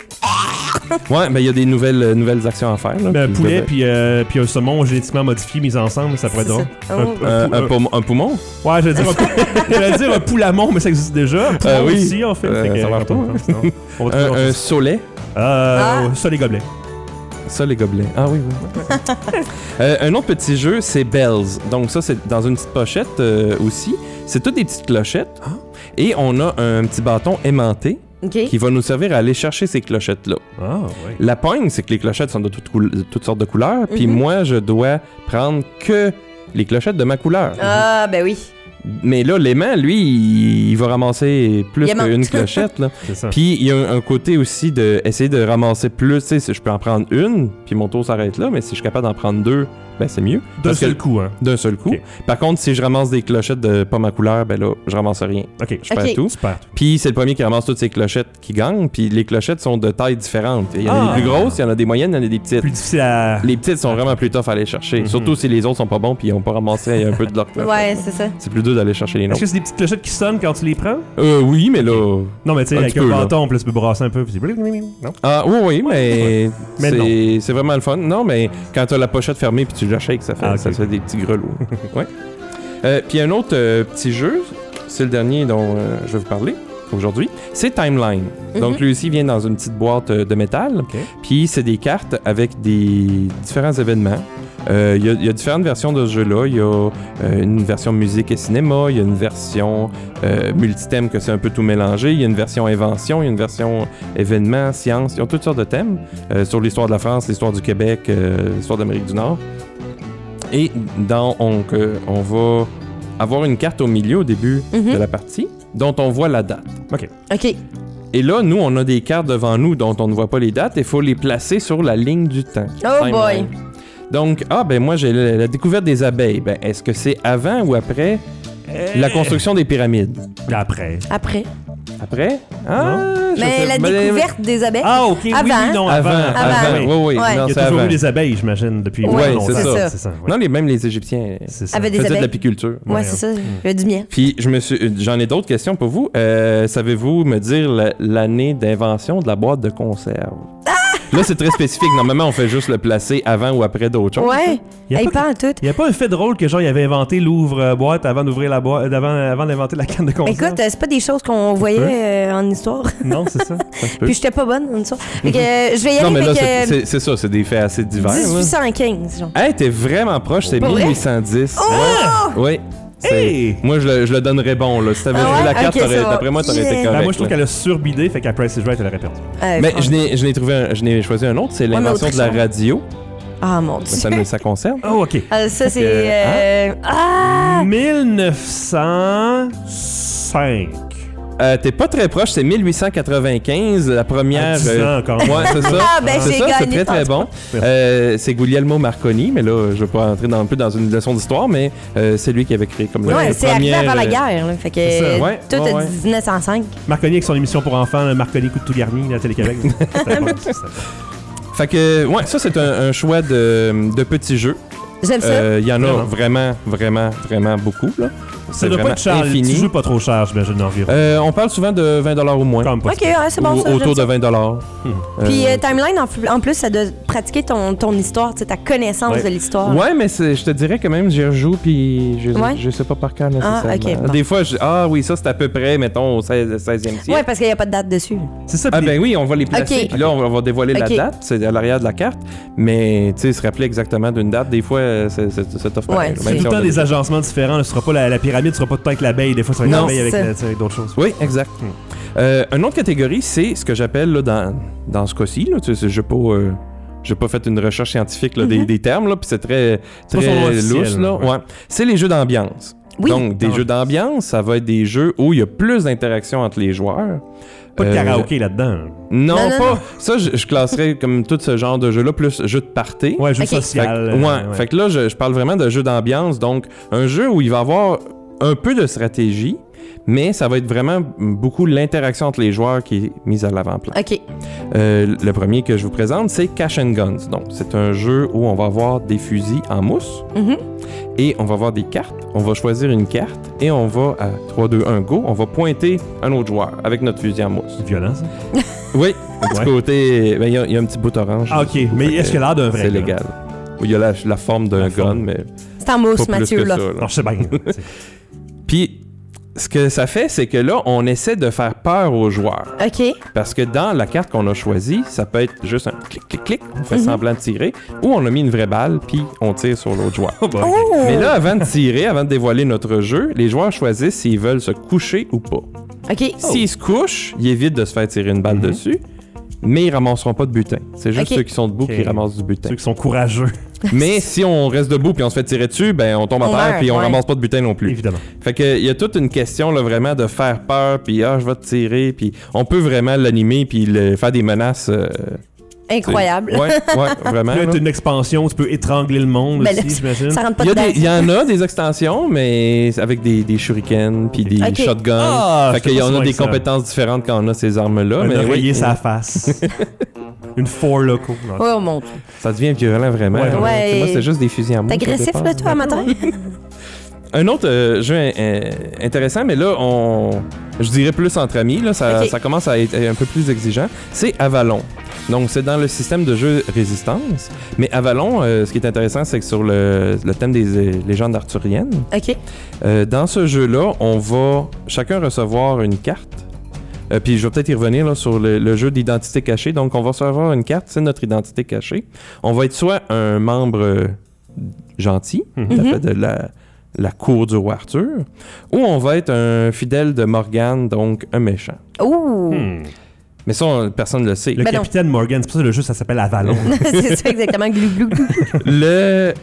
[SPEAKER 3] Ouais, ben, il y a des nouvelles, euh, nouvelles actions à faire. Là,
[SPEAKER 1] Ben, un
[SPEAKER 3] puis je
[SPEAKER 1] poulet
[SPEAKER 3] devrais-
[SPEAKER 1] puis, euh, puis un saumon génétiquement modifié mis ensemble, ça pourrait être
[SPEAKER 2] C'est
[SPEAKER 1] drôle.
[SPEAKER 2] ça.
[SPEAKER 1] Un-
[SPEAKER 2] Oh.
[SPEAKER 3] Euh,
[SPEAKER 1] pou-
[SPEAKER 3] un, poum- un poumon?
[SPEAKER 1] Ouais, j'allais dire, un pou- j'allais dire un poulamon, mais ça existe déjà. Un poulon
[SPEAKER 3] Ah oui.
[SPEAKER 1] aussi, en fait.
[SPEAKER 3] Euh,
[SPEAKER 1] Fait que,
[SPEAKER 3] ça marche pas, hein. euh,
[SPEAKER 1] sinon, on va trouver
[SPEAKER 3] Un, un
[SPEAKER 1] autre chose.
[SPEAKER 3] solet?
[SPEAKER 1] Euh,
[SPEAKER 2] Ah.
[SPEAKER 1] Ça, les gobelets.
[SPEAKER 3] Ça, les gobelets. Ah oui, oui. Euh, un autre petit jeu, c'est Bells. Donc ça, c'est dans une petite pochette euh, aussi. C'est toutes des petites clochettes.
[SPEAKER 2] Ah.
[SPEAKER 3] Et on a un petit bâton aimanté
[SPEAKER 2] Oh, OK.
[SPEAKER 3] qui va nous servir à aller chercher ces clochettes-là.
[SPEAKER 1] Ah, ouais.
[SPEAKER 3] La pogne, c'est que les clochettes sont de toutes, coul- de toutes sortes de couleurs. Puis
[SPEAKER 2] Mhm.
[SPEAKER 3] moi, je dois prendre que les clochettes de ma couleur.
[SPEAKER 2] Ah, ben oui.
[SPEAKER 3] Mais là, l'aimant, lui, il, il va ramasser plus
[SPEAKER 2] Il
[SPEAKER 3] qu'une
[SPEAKER 2] aimante.
[SPEAKER 3] clochette. Là.
[SPEAKER 1] C'est ça.
[SPEAKER 3] Puis il y a un, un côté aussi de essayer de ramasser plus. Tu sais, si je peux en prendre une, puis mon tour s'arrête là, mais si je suis capable d'en prendre deux, ben c'est mieux.
[SPEAKER 1] D'un
[SPEAKER 3] parce que-
[SPEAKER 1] seul coup, hein.
[SPEAKER 3] D'un seul coup.
[SPEAKER 1] Ok.
[SPEAKER 3] Par contre, si je ramasse des clochettes de pas ma couleur, ben là, je ramasse rien.
[SPEAKER 1] Ok.
[SPEAKER 3] Je perds
[SPEAKER 2] Ok.
[SPEAKER 3] tout.
[SPEAKER 1] Super.
[SPEAKER 3] Puis c'est le premier qui ramasse toutes ces clochettes qui gagne. Puis les clochettes sont de tailles différentes. Il y en a
[SPEAKER 1] Ah.
[SPEAKER 3] des plus grosses, il y en a des moyennes, il y en a des petites.
[SPEAKER 1] Plus difficile à.
[SPEAKER 3] Les petites sont vraiment plus tough à aller chercher.
[SPEAKER 1] Mhm.
[SPEAKER 3] Surtout si les autres sont pas bons puis ils ont pas ramassé un peu de leur clochette.
[SPEAKER 2] Ouais, c'est ça.
[SPEAKER 3] C'est plus dur d'aller chercher les
[SPEAKER 1] Est-ce
[SPEAKER 3] nôtres.
[SPEAKER 1] que c'est des petites clochettes qui sonnent quand tu les prends?
[SPEAKER 3] Euh, oui, mais là.
[SPEAKER 1] Non, mais tu sais,
[SPEAKER 3] Un
[SPEAKER 1] avec
[SPEAKER 3] petit
[SPEAKER 1] un
[SPEAKER 3] peu, là.
[SPEAKER 1] bâton, puis là, tu peux brasser un peu, puis c'est... Non?
[SPEAKER 3] Ah oui, oui, mais,
[SPEAKER 1] Mais
[SPEAKER 3] c'est- c'est vraiment le fun. Non, mais quand t'as la pochette fermée puis tu la shakes, ça fait,
[SPEAKER 1] Ah, ok.
[SPEAKER 3] ça fait des petits grelots. ouais. Euh, puis un autre euh, petit jeu, c'est le dernier dont euh, je vais vous parler aujourd'hui, c'est Timeline.
[SPEAKER 2] Mhm.
[SPEAKER 3] Donc lui aussi vient dans une petite boîte euh, de métal.
[SPEAKER 1] Ok.
[SPEAKER 3] Puis c'est des cartes avec des différents événements. Euh, Il y, a- il y a différentes versions de ce jeu-là. Il y a euh, une version musique et cinéma, il y a une version euh, multithème que c'est un peu tout mélangé, il y a une version invention, il y a une version événement, science. Ils ont toutes sortes de thèmes euh, sur l'histoire de la France, l'histoire du Québec, euh, l'histoire d'Amérique du Nord. Et dans, on, que- on va avoir une carte au milieu au début
[SPEAKER 2] Mhm.
[SPEAKER 3] de la partie dont on voit la date.
[SPEAKER 1] Ok.
[SPEAKER 2] OK.
[SPEAKER 3] Et là, nous, on a des cartes devant nous dont on ne voit pas les dates et il faut les placer sur la ligne du temps.
[SPEAKER 2] Oh
[SPEAKER 3] Timeline.
[SPEAKER 2] boy.
[SPEAKER 3] Donc, ah ben moi, j'ai la, la découverte des abeilles. Ben, est-ce que c'est avant ou après
[SPEAKER 1] Euh,
[SPEAKER 3] la construction des pyramides?
[SPEAKER 1] D'après.
[SPEAKER 2] Après.
[SPEAKER 3] Après? Ah, je
[SPEAKER 2] Mais
[SPEAKER 3] sais-
[SPEAKER 2] la
[SPEAKER 3] ben,
[SPEAKER 2] découverte des abeilles.
[SPEAKER 1] Ah, ok. oui,
[SPEAKER 2] Eh, Avant.
[SPEAKER 1] Oui, non,
[SPEAKER 3] Avant,
[SPEAKER 1] avant. Ah,
[SPEAKER 3] avant,
[SPEAKER 2] Avant.
[SPEAKER 1] oui.
[SPEAKER 3] oui, oui,
[SPEAKER 2] Ouais.
[SPEAKER 3] non,
[SPEAKER 1] Il y
[SPEAKER 3] c'est
[SPEAKER 1] a toujours
[SPEAKER 3] avant.
[SPEAKER 1] eu des abeilles, j'imagine, depuis
[SPEAKER 2] Ouais,
[SPEAKER 1] longtemps.
[SPEAKER 3] c'est
[SPEAKER 2] ça.
[SPEAKER 1] C'est ça. ouais.
[SPEAKER 3] Non, les, même les Égyptiens euh,
[SPEAKER 1] C'est ça.
[SPEAKER 2] Avaient des
[SPEAKER 3] faisaient de
[SPEAKER 2] abeilles.
[SPEAKER 3] l'apiculture.
[SPEAKER 2] Ouais, c'est ça. Il y a du miel.
[SPEAKER 3] Puis je me suis, euh, j'en ai d'autres questions pour vous. Euh, savez-vous me dire la- l'année d'invention de la boîte de conserve
[SPEAKER 2] Ah!
[SPEAKER 3] Là, c'est très spécifique. Normalement, on fait juste le placer avant ou après d'autres choses.
[SPEAKER 2] Ouais.
[SPEAKER 1] Y a
[SPEAKER 2] Hey,
[SPEAKER 1] pas-
[SPEAKER 2] pas en tout.
[SPEAKER 1] Il n'y a pas un fait drôle que genre il avait inventé l'ouvre-boîte avant d'ouvrir la boîte, avant, avant d'inventer la canne de conserve.
[SPEAKER 2] Écoute, euh, c'est pas des choses qu'on voyait euh, en histoire.
[SPEAKER 1] Non, c'est ça.
[SPEAKER 3] Ça se peut.
[SPEAKER 2] Puis j'étais pas bonne en histoire. Fait que euh, je vais y
[SPEAKER 3] non,
[SPEAKER 2] aller
[SPEAKER 3] mais là, c'est,
[SPEAKER 2] avec euh,
[SPEAKER 3] c'est- c'est ça, c'est des faits assez divers. là.
[SPEAKER 2] 1815, genre.
[SPEAKER 3] Hey, t'es vraiment proche, c'est
[SPEAKER 2] Pas vrai? Oh!
[SPEAKER 3] 1810. Ouais. Oui. C'est-
[SPEAKER 1] Hey!
[SPEAKER 3] Moi, je le, je le donnerais bon, là. Si t'avais
[SPEAKER 2] Ah
[SPEAKER 3] joué
[SPEAKER 2] ouais?
[SPEAKER 3] la carte,
[SPEAKER 2] Ok,
[SPEAKER 3] t'aurais-
[SPEAKER 2] ça va.
[SPEAKER 3] d'après moi, t'aurais été
[SPEAKER 2] Yeah.
[SPEAKER 3] correct.
[SPEAKER 1] Ben, moi, je trouve
[SPEAKER 3] là.
[SPEAKER 1] qu'elle a surbidé, fait qu'à Price is Right, elle aurait perdu.
[SPEAKER 2] Euh,
[SPEAKER 3] Mais
[SPEAKER 2] franchement.
[SPEAKER 3] je n'ai, je n'ai trouvé un- je n'ai choisi un autre, c'est
[SPEAKER 2] mais
[SPEAKER 3] l'invention de la
[SPEAKER 2] autrichon.
[SPEAKER 3] radio.
[SPEAKER 2] Ah mon
[SPEAKER 3] Ça,
[SPEAKER 2] dieu.
[SPEAKER 3] me- ça concerne.
[SPEAKER 1] Oh, ok.
[SPEAKER 2] Ah, ça, c'est.
[SPEAKER 3] euh,
[SPEAKER 2] euh, Ah!
[SPEAKER 1] 1905.
[SPEAKER 3] Euh, t'es pas très proche, c'est 1895, la première.
[SPEAKER 1] Ah, 10 ans
[SPEAKER 3] euh,
[SPEAKER 1] encore.
[SPEAKER 3] ouais, c'est ça.
[SPEAKER 2] Ah, ben,
[SPEAKER 3] c'est
[SPEAKER 2] j'ai
[SPEAKER 3] ça, c'est
[SPEAKER 2] gagné.
[SPEAKER 3] très très bon.
[SPEAKER 1] Merci.
[SPEAKER 3] Euh, c'est Guglielmo Marconi, mais là, je vais pas entrer dans, un peu dans une leçon d'histoire, mais euh, c'est lui qui avait créé comme la-
[SPEAKER 2] Ouais,
[SPEAKER 3] la
[SPEAKER 2] c'est arrivé
[SPEAKER 3] première,
[SPEAKER 2] avant la
[SPEAKER 3] euh,
[SPEAKER 2] guerre, là. Fait que.
[SPEAKER 1] C'est ça,
[SPEAKER 2] euh,
[SPEAKER 3] ouais,
[SPEAKER 2] tout
[SPEAKER 3] ouais,
[SPEAKER 2] est
[SPEAKER 3] ouais.
[SPEAKER 2] 1905.
[SPEAKER 1] Marconi avec son émission pour enfants, là, Marconi coup de Touliarmi à Télé-Québec. C'était bon, c'était bon.
[SPEAKER 3] Fait que, ouais, ça, c'est un, un choix de, de petits jeux.
[SPEAKER 2] J'aime ça.
[SPEAKER 3] Euh, Il y en a
[SPEAKER 1] Vraiment.
[SPEAKER 3] vraiment, vraiment, vraiment beaucoup. Là.
[SPEAKER 1] Ça doit pas être cher. Tu joues pas trop cher, j'imagine, environ.
[SPEAKER 3] Euh, on parle souvent de 20 ou moins.
[SPEAKER 1] Comme pas.
[SPEAKER 2] ok, ouais, c'est bon,
[SPEAKER 3] Ou
[SPEAKER 2] ça. j'aime
[SPEAKER 3] autour de
[SPEAKER 2] ça.
[SPEAKER 3] 20 Euh,
[SPEAKER 2] Puis euh, Timeline, en, f- en plus, ça doit pratiquer ton, ton histoire, tu sais, ta connaissance
[SPEAKER 1] Ouais.
[SPEAKER 2] de l'histoire.
[SPEAKER 3] Ouais, mais c'est- je te dirais que même, j'y rejoue, puis je,
[SPEAKER 2] Ouais. Ah,
[SPEAKER 3] je sais pas par cœur nécessairement.
[SPEAKER 2] ok, bon.
[SPEAKER 3] Des fois, je, ah oui, ça, c'est à peu près, mettons, au 16, e siècle.
[SPEAKER 2] Ouais, parce qu'il n'y a pas de date dessus.
[SPEAKER 1] C'est ça.
[SPEAKER 3] Ah
[SPEAKER 1] puis-
[SPEAKER 3] ben oui, on va les placer,
[SPEAKER 2] Ok.
[SPEAKER 3] puis là, on va dévoiler
[SPEAKER 2] Ok.
[SPEAKER 3] la date, c'est à l'arrière de la carte, mais, tu sais, se rappeler exactement d'une date, des fois, euh, c'est- c'est- ça t'offre
[SPEAKER 2] Ouais,
[SPEAKER 3] pareil,
[SPEAKER 2] c'est-
[SPEAKER 3] même
[SPEAKER 1] Tout
[SPEAKER 3] si
[SPEAKER 1] le
[SPEAKER 3] on
[SPEAKER 1] temps
[SPEAKER 3] a-
[SPEAKER 1] des agencements différents. là, Ce sera pas la, la pyramide, ce sera pas tout le temps avec l'abeille. Des fois, ça va être
[SPEAKER 3] Non,
[SPEAKER 1] l'abeille avec,
[SPEAKER 2] c'est-
[SPEAKER 1] la- tu sais, avec d'autres choses.
[SPEAKER 3] Oui, exact. Euh, une autre catégorie, c'est ce que j'appelle là, dans, dans ce cas-ci. là, tu sais, Je n'ai pas, euh, j'ai pas fait une recherche scientifique là, des- des, termes, là, puis c'est très,
[SPEAKER 1] C'est pas son nom
[SPEAKER 3] très
[SPEAKER 1] Mhm. officiel,
[SPEAKER 3] lousse. là.
[SPEAKER 1] ouais.
[SPEAKER 3] Ouais. C'est les jeux d'ambiance.
[SPEAKER 2] Oui.
[SPEAKER 3] Donc, des
[SPEAKER 1] Ah.
[SPEAKER 3] jeux d'ambiance, ça va être des jeux où il y a plus d'interaction entre les joueurs.
[SPEAKER 1] Pas de
[SPEAKER 3] Euh,
[SPEAKER 1] karaoké là-dedans.
[SPEAKER 3] Non,
[SPEAKER 2] Non, non,
[SPEAKER 3] pas.
[SPEAKER 2] non.
[SPEAKER 3] Ça, je, je classerais comme tout ce genre de jeu-là, plus jeu de party.
[SPEAKER 1] Ouais, jeu
[SPEAKER 2] Ok.
[SPEAKER 3] Fait, que-
[SPEAKER 1] social.
[SPEAKER 3] ouais,
[SPEAKER 1] euh,
[SPEAKER 3] fait que là, je, je parle vraiment de jeu d'ambiance. Donc, un jeu où il va avoir un peu de stratégie, mais ça va être vraiment beaucoup l'interaction entre les joueurs qui est mise à l'avant-plan.
[SPEAKER 2] OK.
[SPEAKER 3] Euh, le premier que je vous présente, c'est Cash and Guns. Donc, c'est un jeu où on va avoir des fusils en mousse
[SPEAKER 2] Mhm.
[SPEAKER 3] et on va avoir des cartes. On va choisir une carte et on va à 3, 2, 1, go. On va pointer un autre joueur avec notre fusil en mousse.
[SPEAKER 1] C'est violent, ça.
[SPEAKER 3] Oui, un petit
[SPEAKER 1] Ouais.
[SPEAKER 3] côté. ben, Il y a- il y, a un petit bout orange.
[SPEAKER 1] Ah, ok.
[SPEAKER 3] Fait
[SPEAKER 1] Mais
[SPEAKER 3] que
[SPEAKER 1] est-ce qu'il a l'air d'un vrai
[SPEAKER 3] C'est
[SPEAKER 1] gars?
[SPEAKER 3] légal. Il y a la, la forme d'un
[SPEAKER 1] La
[SPEAKER 3] gun,
[SPEAKER 1] forme.
[SPEAKER 3] mais
[SPEAKER 2] C'est en
[SPEAKER 3] pas
[SPEAKER 2] mousse,
[SPEAKER 3] plus
[SPEAKER 2] Mathieu,
[SPEAKER 3] que
[SPEAKER 2] là.
[SPEAKER 3] ça. là.
[SPEAKER 1] Non, je sais bien. C'est-
[SPEAKER 3] Puis, ce que ça fait, c'est que là, on essaie de faire peur aux joueurs.
[SPEAKER 2] OK.
[SPEAKER 3] Parce que dans la carte qu'on a choisie, ça peut être juste un clic, clic, clic, on
[SPEAKER 2] Mhm.
[SPEAKER 3] fait semblant de tirer, ou on a mis une vraie balle, puis on tire sur l'autre joueur.
[SPEAKER 1] Oh, bon, ok.
[SPEAKER 2] Oh!
[SPEAKER 3] Mais là, avant de tirer, avant de dévoiler notre jeu, les joueurs choisissent s'ils veulent se coucher ou pas.
[SPEAKER 2] Oh. OK.
[SPEAKER 3] S'ils se couchent, ils évitent de se faire tirer une balle
[SPEAKER 1] Mhm.
[SPEAKER 3] dessus, mais ils ramasseront pas de butin. C'est juste
[SPEAKER 2] Ok.
[SPEAKER 3] ceux qui sont debout
[SPEAKER 1] Ok.
[SPEAKER 3] qui ramassent du butin.
[SPEAKER 1] Ceux qui sont courageux,
[SPEAKER 3] Mais si on reste debout puis on se fait tirer dessus, ben on tombe
[SPEAKER 2] On
[SPEAKER 3] à terre
[SPEAKER 2] meurt,
[SPEAKER 3] puis on
[SPEAKER 2] ouais.
[SPEAKER 3] ramasse pas de butin non plus.
[SPEAKER 1] évidemment.
[SPEAKER 3] Fait que il y a toute une question là vraiment de faire peur puis ah je vais te tirer puis on peut vraiment l'animer puis le faire des menaces. euh,
[SPEAKER 2] Incroyable.
[SPEAKER 3] tu sais. Ouais, ouais, vraiment.
[SPEAKER 1] Puis là,
[SPEAKER 3] là.
[SPEAKER 1] t'as une expansion, tu peux étrangler le monde
[SPEAKER 2] Ben là,
[SPEAKER 1] aussi, j'imagine.
[SPEAKER 2] Ça rentre pas
[SPEAKER 3] Il y, a
[SPEAKER 2] dedans.
[SPEAKER 3] des- il y en a des extensions, mais avec des, des shurikens puis des
[SPEAKER 2] Ok.
[SPEAKER 3] shotguns.
[SPEAKER 1] Ah,
[SPEAKER 3] fait
[SPEAKER 1] je sais
[SPEAKER 3] qu'il y
[SPEAKER 1] pas
[SPEAKER 3] en
[SPEAKER 1] si
[SPEAKER 3] a
[SPEAKER 1] c'est
[SPEAKER 3] des
[SPEAKER 1] excellent.
[SPEAKER 3] compétences différentes quand on a ces armes-là.
[SPEAKER 1] Un
[SPEAKER 3] Ah, mais
[SPEAKER 1] oreiller
[SPEAKER 3] oui,
[SPEAKER 1] sa face. Une four loco. Non,
[SPEAKER 2] Oh mon dieu.
[SPEAKER 3] ça devient violent vraiment.
[SPEAKER 1] Ouais.
[SPEAKER 2] Ouais.
[SPEAKER 3] Tu sais, Moi, c'est juste des fusils à main.
[SPEAKER 2] T'es agressif, là, toi, à matin?
[SPEAKER 3] Un autre euh, jeu in- euh, intéressant, mais là, on, je dirais plus entre amis, là, ça,
[SPEAKER 2] Ok.
[SPEAKER 3] ça commence à être euh, un peu plus exigeant, c'est Avalon. Donc, c'est dans le système de jeu Résistance. Mais Avalon, euh, ce qui est intéressant, c'est que sur le, le thème des euh, légendes arthuriennes,
[SPEAKER 2] OK.
[SPEAKER 3] euh, dans ce jeu-là, on va chacun recevoir une carte. Euh, puis je vais peut-être y revenir là, sur le, le jeu d'identité cachée. Donc, on va recevoir une carte, c'est notre identité cachée. On va être soit un membre euh, gentil,
[SPEAKER 1] Mhm.
[SPEAKER 3] de la- de la, la cour du roi Arthur, ou on va être un fidèle de Morgane, donc un méchant.
[SPEAKER 2] Ouh!
[SPEAKER 1] Hmm.
[SPEAKER 3] Mais ça, on- personne ne le sait.
[SPEAKER 1] Le
[SPEAKER 2] Ben Oh. non.
[SPEAKER 1] capitaine Morgan, c'est pour ça que le jeu, ça s'appelle Avalon.
[SPEAKER 2] c'est ça exactement, glou glou glou.
[SPEAKER 3] le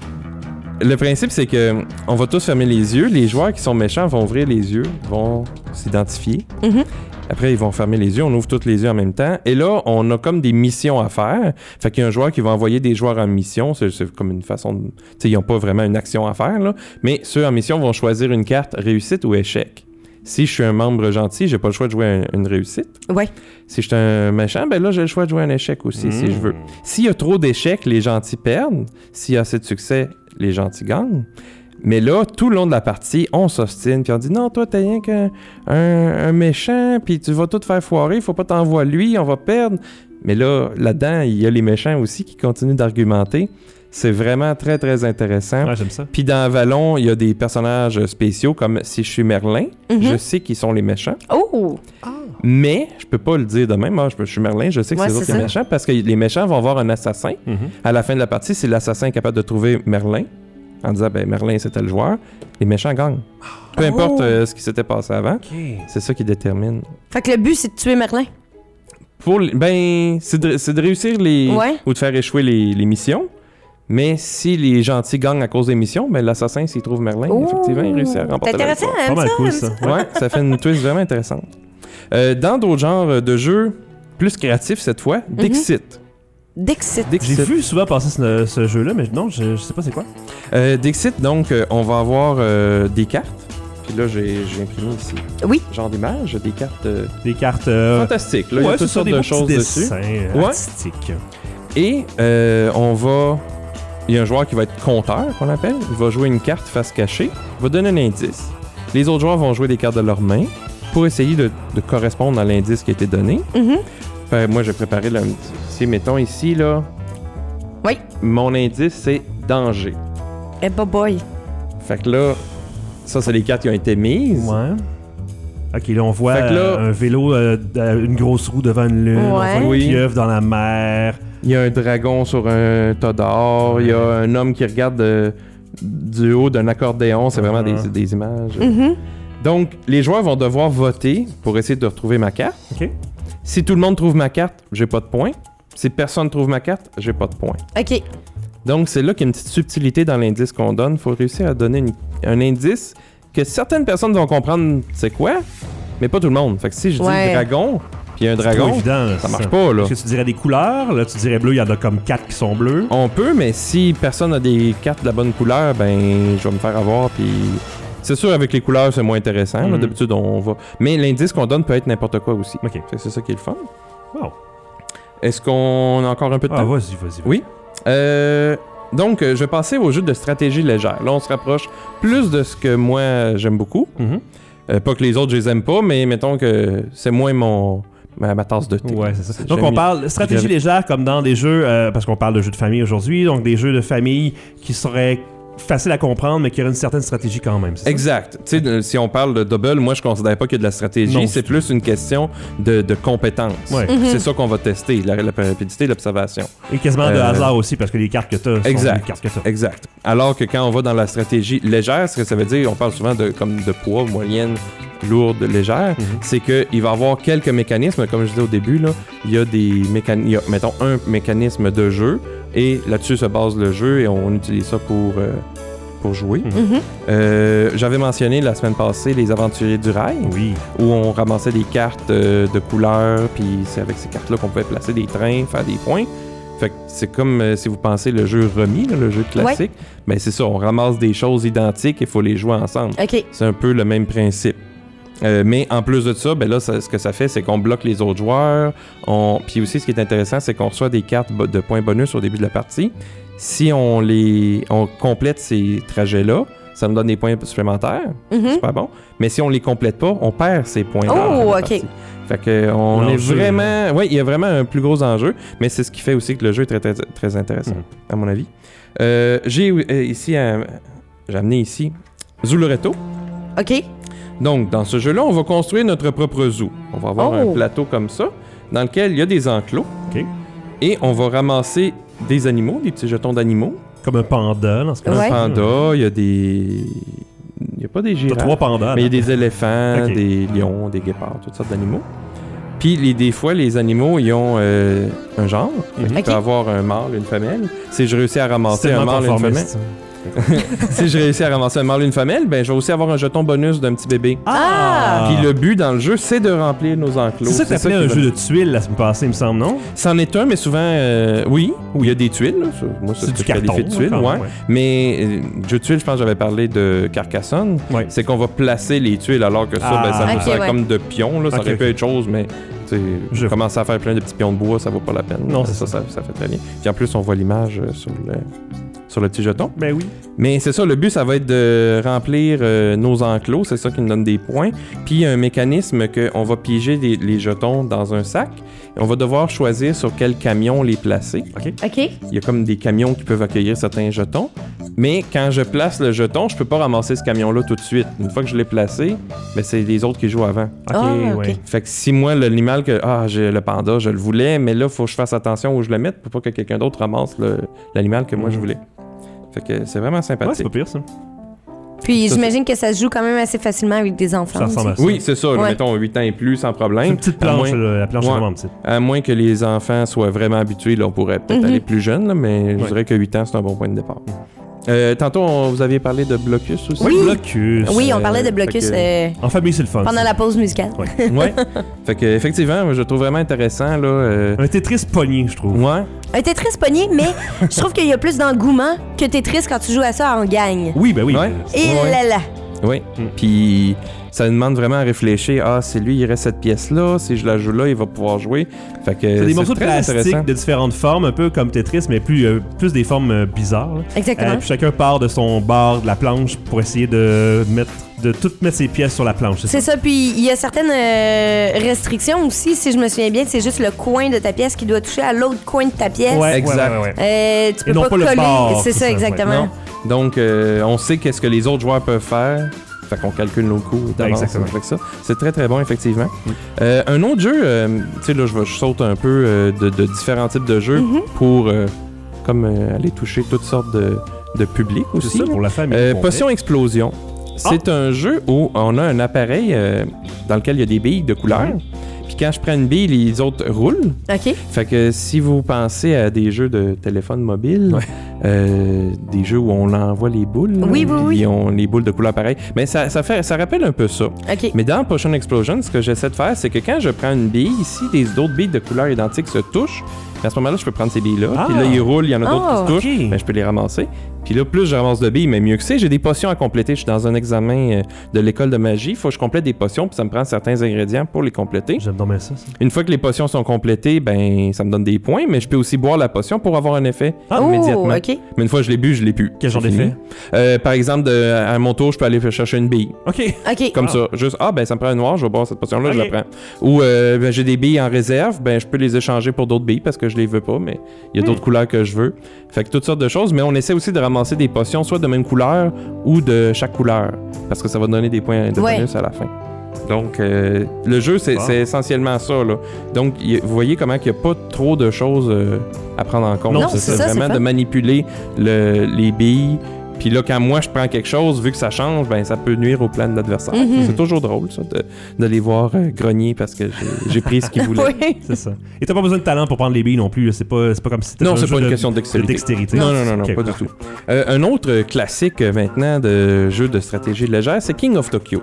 [SPEAKER 3] le principe, c'est que on va tous fermer les yeux. Les joueurs qui sont méchants vont ouvrir les yeux, vont s'identifier.
[SPEAKER 2] Mhm.
[SPEAKER 3] Après, ils vont fermer les yeux. On ouvre tous les yeux en même temps. Et là, on a comme des missions à faire. Fait qu'il y a un joueur qui va envoyer des joueurs en mission. C'est c'est comme une façon de. Tu sais, ils n'ont pas vraiment une action à faire, là. Mais ceux en mission vont choisir une carte réussite ou échec. Si je suis un membre gentil, j'ai pas le choix de jouer un- une réussite.
[SPEAKER 2] Ouais.
[SPEAKER 3] Si je suis un méchant, ben là, j'ai le choix de jouer un échec aussi, si je veux. S'il y a trop d'échecs, les gentils perdent. S'il y a assez de succès, les gentils gagnent. Mais là, tout le long de la partie, on s'ostine, puis on dit non, toi, t'es rien qu'un un- un méchant, puis tu vas tout faire foirer, faut pas t'envoyer lui, on va perdre. Mais là, là-dedans, il y a les méchants aussi qui continuent d'argumenter. C'est vraiment très, très intéressant.
[SPEAKER 1] Ouais, j'aime ça.
[SPEAKER 3] Puis dans Avalon, il y a des personnages spéciaux comme si je suis Merlin,
[SPEAKER 2] Mhm.
[SPEAKER 3] je sais qu'ils sont les méchants.
[SPEAKER 2] Oh!
[SPEAKER 3] Mais je peux pas le dire de même. hein. Je, peux- je suis Merlin, je sais que
[SPEAKER 2] Ouais,
[SPEAKER 3] c'est eux
[SPEAKER 2] c'est
[SPEAKER 3] autres les
[SPEAKER 2] ça.
[SPEAKER 3] méchants parce que les méchants vont avoir un assassin.
[SPEAKER 1] Mhm.
[SPEAKER 3] À la fin de la partie, si l'assassin est capable de trouver Merlin, en disant ben Merlin c'était le joueur, les méchants gagnent. Peu
[SPEAKER 2] Oh!
[SPEAKER 3] importe euh, ce qui s'était passé avant, c'est ça qui détermine.
[SPEAKER 2] Fait que le but, c'est de tuer Merlin.
[SPEAKER 3] Pour les- ben c'est de, c'est de réussir les
[SPEAKER 2] Ouais.
[SPEAKER 3] ou de faire échouer les, les missions. Mais si les gentils gagnent à cause des missions, ben l'assassin s'il trouve Merlin, effectivement, il réussit à remporter.
[SPEAKER 2] C'est
[SPEAKER 3] la
[SPEAKER 2] intéressant,
[SPEAKER 1] Pas
[SPEAKER 2] hein,
[SPEAKER 1] mal
[SPEAKER 2] ça?
[SPEAKER 1] cool,
[SPEAKER 2] aime
[SPEAKER 1] ça. Ouais.
[SPEAKER 3] Ouais, ça fait une twist vraiment intéressante. Euh, dans d'autres genres de jeux, plus créatifs cette fois, Dixit.
[SPEAKER 2] Dixit.
[SPEAKER 1] Mhm. J'ai
[SPEAKER 3] Dixit.
[SPEAKER 1] vu souvent passer ce, ce jeu-là, mais non, je, je sais pas c'est quoi.
[SPEAKER 3] Euh, Dixit, donc, euh, on va avoir euh, des cartes. Puis là, j'ai j'ai imprimé ici.
[SPEAKER 2] Oui.
[SPEAKER 3] Genre d'images, des cartes euh,
[SPEAKER 1] Des cartes. euh,
[SPEAKER 3] fantastiques. Là, il y a
[SPEAKER 1] ouais,
[SPEAKER 3] toutes
[SPEAKER 1] ce sont
[SPEAKER 3] sortes
[SPEAKER 1] des
[SPEAKER 3] de
[SPEAKER 1] beaux
[SPEAKER 3] choses
[SPEAKER 1] petits
[SPEAKER 3] dessus.
[SPEAKER 1] dessins euh,
[SPEAKER 3] Ouais.
[SPEAKER 1] artistiques.
[SPEAKER 3] Et euh, on va. Il y a un joueur qui va être compteur, qu'on appelle. Il va jouer une carte face cachée. Il va donner un indice. Les autres joueurs vont jouer des cartes de leur main pour essayer de, de correspondre à l'indice qui a été donné.
[SPEAKER 2] Mhm.
[SPEAKER 3] Fait, moi, j'ai préparé là, un petit- Si, mettons ici, là.
[SPEAKER 2] Oui.
[SPEAKER 3] Mon indice, c'est danger.
[SPEAKER 2] Eh, bah boy.
[SPEAKER 3] Fait que là, ça, c'est les cartes qui ont été mises.
[SPEAKER 1] Ouais. Ok, là on voit
[SPEAKER 3] Fait que là-
[SPEAKER 1] euh, un vélo, euh, d- euh, une grosse roue devant une lune, on voit
[SPEAKER 2] Ouais.
[SPEAKER 1] une
[SPEAKER 3] Oui.
[SPEAKER 1] pieuvre dans la mer.
[SPEAKER 3] Il y a un dragon sur un tas d'or. Il y a un homme qui regarde euh, du haut d'un accordéon. C'est vraiment
[SPEAKER 1] Mhm.
[SPEAKER 3] des, des images.
[SPEAKER 2] Mhm.
[SPEAKER 3] Donc, les joueurs vont devoir voter pour essayer de retrouver ma carte.
[SPEAKER 1] Ok.
[SPEAKER 3] Si tout le monde trouve ma carte, j'ai pas de points. Si personne trouve ma carte, j'ai pas de points.
[SPEAKER 2] OK.
[SPEAKER 3] Donc, c'est là qu'il y a une petite subtilité dans l'indice qu'on donne. faut réussir à donner une- un indice que certaines personnes vont comprendre c'est quoi, mais pas tout le monde. Fait que si je dis
[SPEAKER 2] Ouais.
[SPEAKER 3] dragon, puis il y a un
[SPEAKER 1] C'est trop
[SPEAKER 3] dragon,
[SPEAKER 1] évident. là,
[SPEAKER 3] ça marche pas, là.
[SPEAKER 1] Est-ce que tu dirais des couleurs Là, tu dirais bleu, il y en a comme quatre qui sont bleus.
[SPEAKER 3] On peut, mais si personne a des cartes de la bonne couleur, ben je vais me faire avoir. Puis c'est sûr avec les couleurs c'est moins intéressant. là.
[SPEAKER 1] Mhm.
[SPEAKER 3] D'habitude on va, mais l'indice qu'on donne peut être n'importe quoi aussi.
[SPEAKER 1] Ok.
[SPEAKER 3] Fait que C'est ça qui est le fun.
[SPEAKER 1] Wow.
[SPEAKER 3] Est-ce qu'on a encore un peu de
[SPEAKER 1] Ah,
[SPEAKER 3] temps
[SPEAKER 1] vas-y, vas-y.
[SPEAKER 3] Oui. Euh, donc euh, je vais passer au jeu de stratégie légère. Là on se rapproche plus de ce que moi euh, j'aime beaucoup.
[SPEAKER 1] Mhm.
[SPEAKER 3] Euh, pas que les autres je les aime pas, mais mettons que c'est moins mon ma, ma tasse de thé.
[SPEAKER 1] Ouais, c'est ça. Donc
[SPEAKER 3] J'aime
[SPEAKER 1] on
[SPEAKER 3] mieux.
[SPEAKER 1] parle stratégie
[SPEAKER 3] J'aime-
[SPEAKER 1] légère comme dans des jeux, euh, parce qu'on parle de jeux de famille aujourd'hui, donc des jeux de famille qui seraient faciles à comprendre, mais qui auraient une certaine stratégie quand même. c'est ça?
[SPEAKER 3] Exact. Tu sais, de- si on parle de double, moi, je considère pas qu'il y a de la
[SPEAKER 1] Non,
[SPEAKER 3] stratégie. C'est
[SPEAKER 1] c'est-
[SPEAKER 3] plus une question de, de compétence.
[SPEAKER 1] Ouais.
[SPEAKER 3] C'est ça qu'on va tester, la, la rapidité, l'observation.
[SPEAKER 1] Et quasiment de
[SPEAKER 3] Euh,
[SPEAKER 1] hasard aussi, parce que les cartes que t'as sont
[SPEAKER 3] Exact.
[SPEAKER 1] les cartes que t'as.
[SPEAKER 3] Exact. Alors que quand on va dans la stratégie légère, ce que ça veut dire, on parle souvent de, comme de poids, moyenne, lourde, légère, c'est qu'il va y avoir quelques mécanismes, comme je disais au début, là, il y a des mécanismes, mettons un mécanisme de jeu, et là-dessus se base le jeu, et on utilise ça pour, euh, pour jouer.
[SPEAKER 1] Hmm.
[SPEAKER 2] Mhm.
[SPEAKER 3] Euh, J'avais mentionné la semaine passée les aventuriers du rail.
[SPEAKER 1] Oui.
[SPEAKER 3] où on ramassait des cartes euh, de couleurs, puis c'est avec ces cartes-là qu'on pouvait placer des trains, faire des points. Fait que c'est comme euh, si vous pensez le jeu remis, là, le jeu classique, mais c'est ça, on ramasse des choses identiques et il faut les jouer ensemble.
[SPEAKER 2] OK.
[SPEAKER 3] C'est un peu le même principe. Euh, mais en plus de ça, ben là, ça- ce que ça fait, c'est qu'on bloque les autres joueurs. On... Puis aussi, ce qui est intéressant, c'est qu'on reçoit des cartes bo- de points bonus au début de la partie. Si on les, on complète ces trajets-là, ça nous donne des points supplémentaires.
[SPEAKER 2] Mhm.
[SPEAKER 3] C'est pas bon. Mais si on les complète pas, on perd ces points.
[SPEAKER 2] Oh,
[SPEAKER 3] là,
[SPEAKER 2] ok.
[SPEAKER 3] partie. Fait que on est
[SPEAKER 1] L'enjeu,
[SPEAKER 3] vraiment. Oui, il y a vraiment un plus gros enjeu, mais c'est ce qui fait aussi que le jeu est très, très, très intéressant,
[SPEAKER 1] Mm.
[SPEAKER 3] à mon avis. Euh, j'ai euh, ici. un- J'ai amené ici Zuloreto.
[SPEAKER 2] OK.
[SPEAKER 3] Donc, dans ce jeu-là, on va construire notre propre zoo. On va avoir
[SPEAKER 2] Oh.
[SPEAKER 3] un plateau comme ça, dans lequel il y a des enclos.
[SPEAKER 1] Ok.
[SPEAKER 3] Et on va ramasser des animaux, des petits jetons d'animaux.
[SPEAKER 1] Comme un panda, dans ce cas-là.
[SPEAKER 2] Ouais.
[SPEAKER 3] Un panda, il y a des. Il n'y a pas des
[SPEAKER 1] T'as
[SPEAKER 3] girafes.
[SPEAKER 1] trois pandas.
[SPEAKER 3] Mais il y a
[SPEAKER 1] là.
[SPEAKER 3] des éléphants,
[SPEAKER 1] Ok.
[SPEAKER 3] des lions, des guépards, toutes sortes d'animaux. Puis les- des fois, les animaux, ils ont euh, un genre.
[SPEAKER 1] Mhm.
[SPEAKER 3] Tu
[SPEAKER 2] Ok.
[SPEAKER 3] peux avoir un mâle, une femelle. Si je réussis à
[SPEAKER 1] C'est
[SPEAKER 3] ramasser un
[SPEAKER 1] tellement
[SPEAKER 3] mâle et une femelle.
[SPEAKER 1] conformiste.
[SPEAKER 3] si je réussis à ramasser un mâle et une femelle, ben je vais aussi avoir un jeton bonus d'un petit bébé.
[SPEAKER 2] Ah!
[SPEAKER 3] Puis le but dans le jeu, c'est de remplir nos enclos.
[SPEAKER 1] C'est ça que t'appelais
[SPEAKER 3] qu'ils
[SPEAKER 1] un
[SPEAKER 3] veulent.
[SPEAKER 1] jeu de tuiles la semaine passée, il me semble, non?
[SPEAKER 3] C'en est un, mais souvent, euh, oui, où il y a des tuiles. là. Ça, Moi, ça
[SPEAKER 1] C'est
[SPEAKER 3] peut
[SPEAKER 1] du
[SPEAKER 3] se qualifier
[SPEAKER 1] carton, hein,
[SPEAKER 3] de tuiles,
[SPEAKER 1] quand même,
[SPEAKER 3] ouais.
[SPEAKER 1] ouais.
[SPEAKER 3] Mais euh, jeu de tuiles, je pense que j'avais parlé de Carcassonne.
[SPEAKER 1] Ouais.
[SPEAKER 3] C'est qu'on va placer les tuiles, alors que ça,
[SPEAKER 1] Ah.
[SPEAKER 3] ben, ça nous
[SPEAKER 2] Ok,
[SPEAKER 3] sert
[SPEAKER 2] ouais.
[SPEAKER 3] comme de pion. Là. Ça
[SPEAKER 1] Ok,
[SPEAKER 3] aurait pu
[SPEAKER 1] ok.
[SPEAKER 3] être chose, mais tu sais,
[SPEAKER 1] Je-
[SPEAKER 3] commencer à faire plein de petits pions de bois, ça vaut pas la peine.
[SPEAKER 1] Non, c'est
[SPEAKER 3] ça, ça, ça fait très bien. Puis en plus, on voit l'image euh, sur le, sur le petit jeton.
[SPEAKER 1] Ben oui.
[SPEAKER 3] Mais c'est ça, le but, ça va être de remplir euh, nos enclos, c'est ça qui nous donne des points. Puis il y a un mécanisme qu'on va piéger les, les jetons dans un sac. Et on va devoir choisir sur quel camion les placer.
[SPEAKER 2] OK.
[SPEAKER 3] Il y a comme des camions qui peuvent accueillir certains jetons. Mais quand je place le jeton, je peux pas ramasser ce camion-là tout de suite. Une fois que je l'ai placé, ben, c'est les autres qui jouent avant.
[SPEAKER 1] Ok,
[SPEAKER 2] Ah, ok.
[SPEAKER 1] ouais.
[SPEAKER 3] Fait que si moi, l'animal que. Ah, j'ai le panda, je le voulais, mais là, faut que je fasse attention où je le mette pour pas que quelqu'un d'autre ramasse le- l'animal que moi je voulais. Fait que c'est vraiment
[SPEAKER 1] Mm. Ouais,
[SPEAKER 3] sympathique.
[SPEAKER 1] c'est pas pire, ça.
[SPEAKER 2] Ah, Puis
[SPEAKER 3] Ça,
[SPEAKER 2] j'imagine que ça se joue quand même assez facilement avec des enfants.
[SPEAKER 1] Ça ressemble à ça.
[SPEAKER 3] Oui, hein. c'est ça. là,
[SPEAKER 2] Ouais.
[SPEAKER 3] Mettons 8 ans et plus sans
[SPEAKER 1] C'est
[SPEAKER 3] problème.
[SPEAKER 1] une petite
[SPEAKER 3] à
[SPEAKER 1] planche,
[SPEAKER 3] moins,
[SPEAKER 1] là, la planche est
[SPEAKER 3] Ouais.
[SPEAKER 1] vraiment petite.
[SPEAKER 3] à moins que les enfants soient vraiment habitués, là, on pourrait peut-être
[SPEAKER 2] Mhm.
[SPEAKER 3] aller plus jeune, là, mais je
[SPEAKER 1] Ouais.
[SPEAKER 3] dirais que 8 ans, c'est un bon point de départ. Euh, tantôt, on- vous aviez parlé de blocus aussi.
[SPEAKER 2] Oui.
[SPEAKER 1] Blocus.
[SPEAKER 2] Oui, on parlait de
[SPEAKER 3] Euh,
[SPEAKER 2] blocus
[SPEAKER 3] fait
[SPEAKER 2] euh,
[SPEAKER 1] En famille, c'est le fun.
[SPEAKER 2] pendant
[SPEAKER 1] ça.
[SPEAKER 2] la pause musicale.
[SPEAKER 3] ouais. Fait que effectivement, moi, je le trouve vraiment intéressant là. euh,
[SPEAKER 1] Un Tetris pogné, je trouve.
[SPEAKER 3] ouais.
[SPEAKER 2] Un Tetris pogné, mais je trouve qu'il y a plus d'engouement que Tetris quand tu joues à ça en gang.
[SPEAKER 1] Oui, ben oui.
[SPEAKER 3] Ouais.
[SPEAKER 1] euh,
[SPEAKER 2] Et
[SPEAKER 3] Ouais.
[SPEAKER 2] là là.
[SPEAKER 3] Oui.
[SPEAKER 1] Mm.
[SPEAKER 3] Puis ça demande vraiment à réfléchir. Ah, c'est lui, il reste cette pièce là. Si je la joue là, il va pouvoir jouer. Fait que
[SPEAKER 1] C'est des
[SPEAKER 3] Euh, c'est
[SPEAKER 1] morceaux de
[SPEAKER 3] très
[SPEAKER 1] plastique
[SPEAKER 3] intéressant.
[SPEAKER 1] de différentes formes, un peu comme Tetris, mais plus, euh, plus des formes euh, bizarres. là.
[SPEAKER 2] Exactement.
[SPEAKER 1] Euh, puis chacun part de son bord de la planche pour essayer de mettre de toutes mettre ses pièces sur la planche.
[SPEAKER 2] C'est ça, puis il y a certaines euh, restrictions aussi, si je me souviens bien, c'est juste le coin de ta pièce qui doit toucher à l'autre coin de ta pièce.
[SPEAKER 1] Ouais,
[SPEAKER 3] Exact.
[SPEAKER 1] ouais, ouais, ouais.
[SPEAKER 2] Euh, tu peux
[SPEAKER 1] Et non
[SPEAKER 2] pas,
[SPEAKER 1] pas le
[SPEAKER 2] coller.
[SPEAKER 1] bord,
[SPEAKER 2] c'est
[SPEAKER 1] c'est
[SPEAKER 2] ça,
[SPEAKER 1] ça,
[SPEAKER 2] exactement.
[SPEAKER 3] Non. Donc, euh, on sait qu'est-ce que les autres joueurs peuvent faire. Fait qu'on calcule nos coûts d'avance
[SPEAKER 1] Exactement.
[SPEAKER 3] avec ça. C'est très, très bon, effectivement.
[SPEAKER 1] Mm.
[SPEAKER 3] Euh, un autre jeu, euh, tu sais, là, je, vais- je saute un peu euh, de, de différents types de jeux pour euh, comme euh, aller toucher toutes sortes de, de publics
[SPEAKER 1] C'est
[SPEAKER 3] aussi.
[SPEAKER 1] ça pour la famille.
[SPEAKER 3] Euh,
[SPEAKER 1] Bon,
[SPEAKER 3] Potion Explosion. C'est
[SPEAKER 2] Ah!
[SPEAKER 3] un jeu où on a un appareil euh, dans lequel il y a des billes de couleur. Puis quand je prends une bille, les autres roulent.
[SPEAKER 2] OK.
[SPEAKER 3] Fait que si vous pensez à des jeux de téléphone mobile,
[SPEAKER 1] Ouais.
[SPEAKER 3] euh, des jeux où on envoie les boules, là,
[SPEAKER 2] Oui, oui,
[SPEAKER 3] puis
[SPEAKER 2] oui.
[SPEAKER 3] on- les boules de couleur pareil, mais ça, ça, fait, ça rappelle un peu ça.
[SPEAKER 2] OK.
[SPEAKER 3] Mais dans Potion Explosion, ce que j'essaie de faire, c'est que quand je prends une bille, si des autres billes de couleur identiques se touchent, à ce moment-là, je peux prendre ces billes-là.
[SPEAKER 1] Ah.
[SPEAKER 3] Puis là, ils roulent, il y en a d'autres
[SPEAKER 2] Oh,
[SPEAKER 3] qui se touchent,
[SPEAKER 1] ok.
[SPEAKER 3] mais je peux les ramasser. Puis là, plus je ramasse de billes, mais mieux que c'est. J'ai des potions à compléter. Je suis dans un examen euh, de l'école de magie. Il faut que je complète des potions, puis ça me prend certains ingrédients pour les compléter.
[SPEAKER 1] J'aime donc bien ça. ça.
[SPEAKER 3] Une fois que les potions sont complétées, ben ça me donne des points, mais je peux aussi boire la potion pour avoir un effet
[SPEAKER 1] Ah,
[SPEAKER 3] immédiatement.
[SPEAKER 2] Oh, OK.
[SPEAKER 3] Mais une fois que je l'ai bu, je l'ai pu.
[SPEAKER 1] Quel genre
[SPEAKER 3] C'est fini.
[SPEAKER 1] d'effet?
[SPEAKER 3] Euh, Par exemple, de- à mon tour, je peux aller chercher une bille.
[SPEAKER 1] OK.
[SPEAKER 2] OK.
[SPEAKER 3] Comme
[SPEAKER 1] Ah.
[SPEAKER 3] ça. Juste, ah, ben ça me prend un noir, je vais boire cette potion-là, je la
[SPEAKER 1] Ok.
[SPEAKER 3] prends. Ou euh, ben, j'ai des billes en réserve, ben je peux les échanger pour d'autres billes parce que je les veux pas, mais il y a d'autres couleurs que je veux. Fait que toutes sortes de choses, mais on essaie aussi de ramasser des potions, soit de même couleur ou de chaque couleur, parce que ça va donner des points de
[SPEAKER 2] Ouais.
[SPEAKER 3] bonus à la fin. Donc, euh, le jeu, c'est
[SPEAKER 1] Wow.
[SPEAKER 3] c'est essentiellement ça. Là. Donc, y a- vous voyez comment il n'y a pas trop de choses euh, à prendre en compte.
[SPEAKER 1] Non,
[SPEAKER 3] C'est
[SPEAKER 1] c'est
[SPEAKER 3] ça,
[SPEAKER 2] ça, c'est
[SPEAKER 3] vraiment
[SPEAKER 2] fun.
[SPEAKER 3] de manipuler le- les billes. Puis là, quand moi, je prends quelque chose, vu que ça change, ben ça peut nuire au plan de l'adversaire.
[SPEAKER 2] Mhm.
[SPEAKER 3] C'est toujours drôle, ça, de, de les voir euh, grogner parce que j'ai- j'ai pris ce qu'ils voulaient.
[SPEAKER 2] Oui.
[SPEAKER 1] C'est ça. Et t'as pas besoin de talent pour prendre les billes non plus. là. C'est pas, c'est pas comme si c'était
[SPEAKER 3] Non,
[SPEAKER 1] un
[SPEAKER 3] c'est
[SPEAKER 1] jeu
[SPEAKER 3] pas une
[SPEAKER 1] de-
[SPEAKER 3] question de dextérité.
[SPEAKER 1] de dextérité.
[SPEAKER 3] Non, non, non, non,
[SPEAKER 1] Ok,
[SPEAKER 3] pas du
[SPEAKER 1] parfait.
[SPEAKER 3] tout. Euh, un autre classique euh, maintenant de jeu de stratégie légère, c'est King of Tokyo.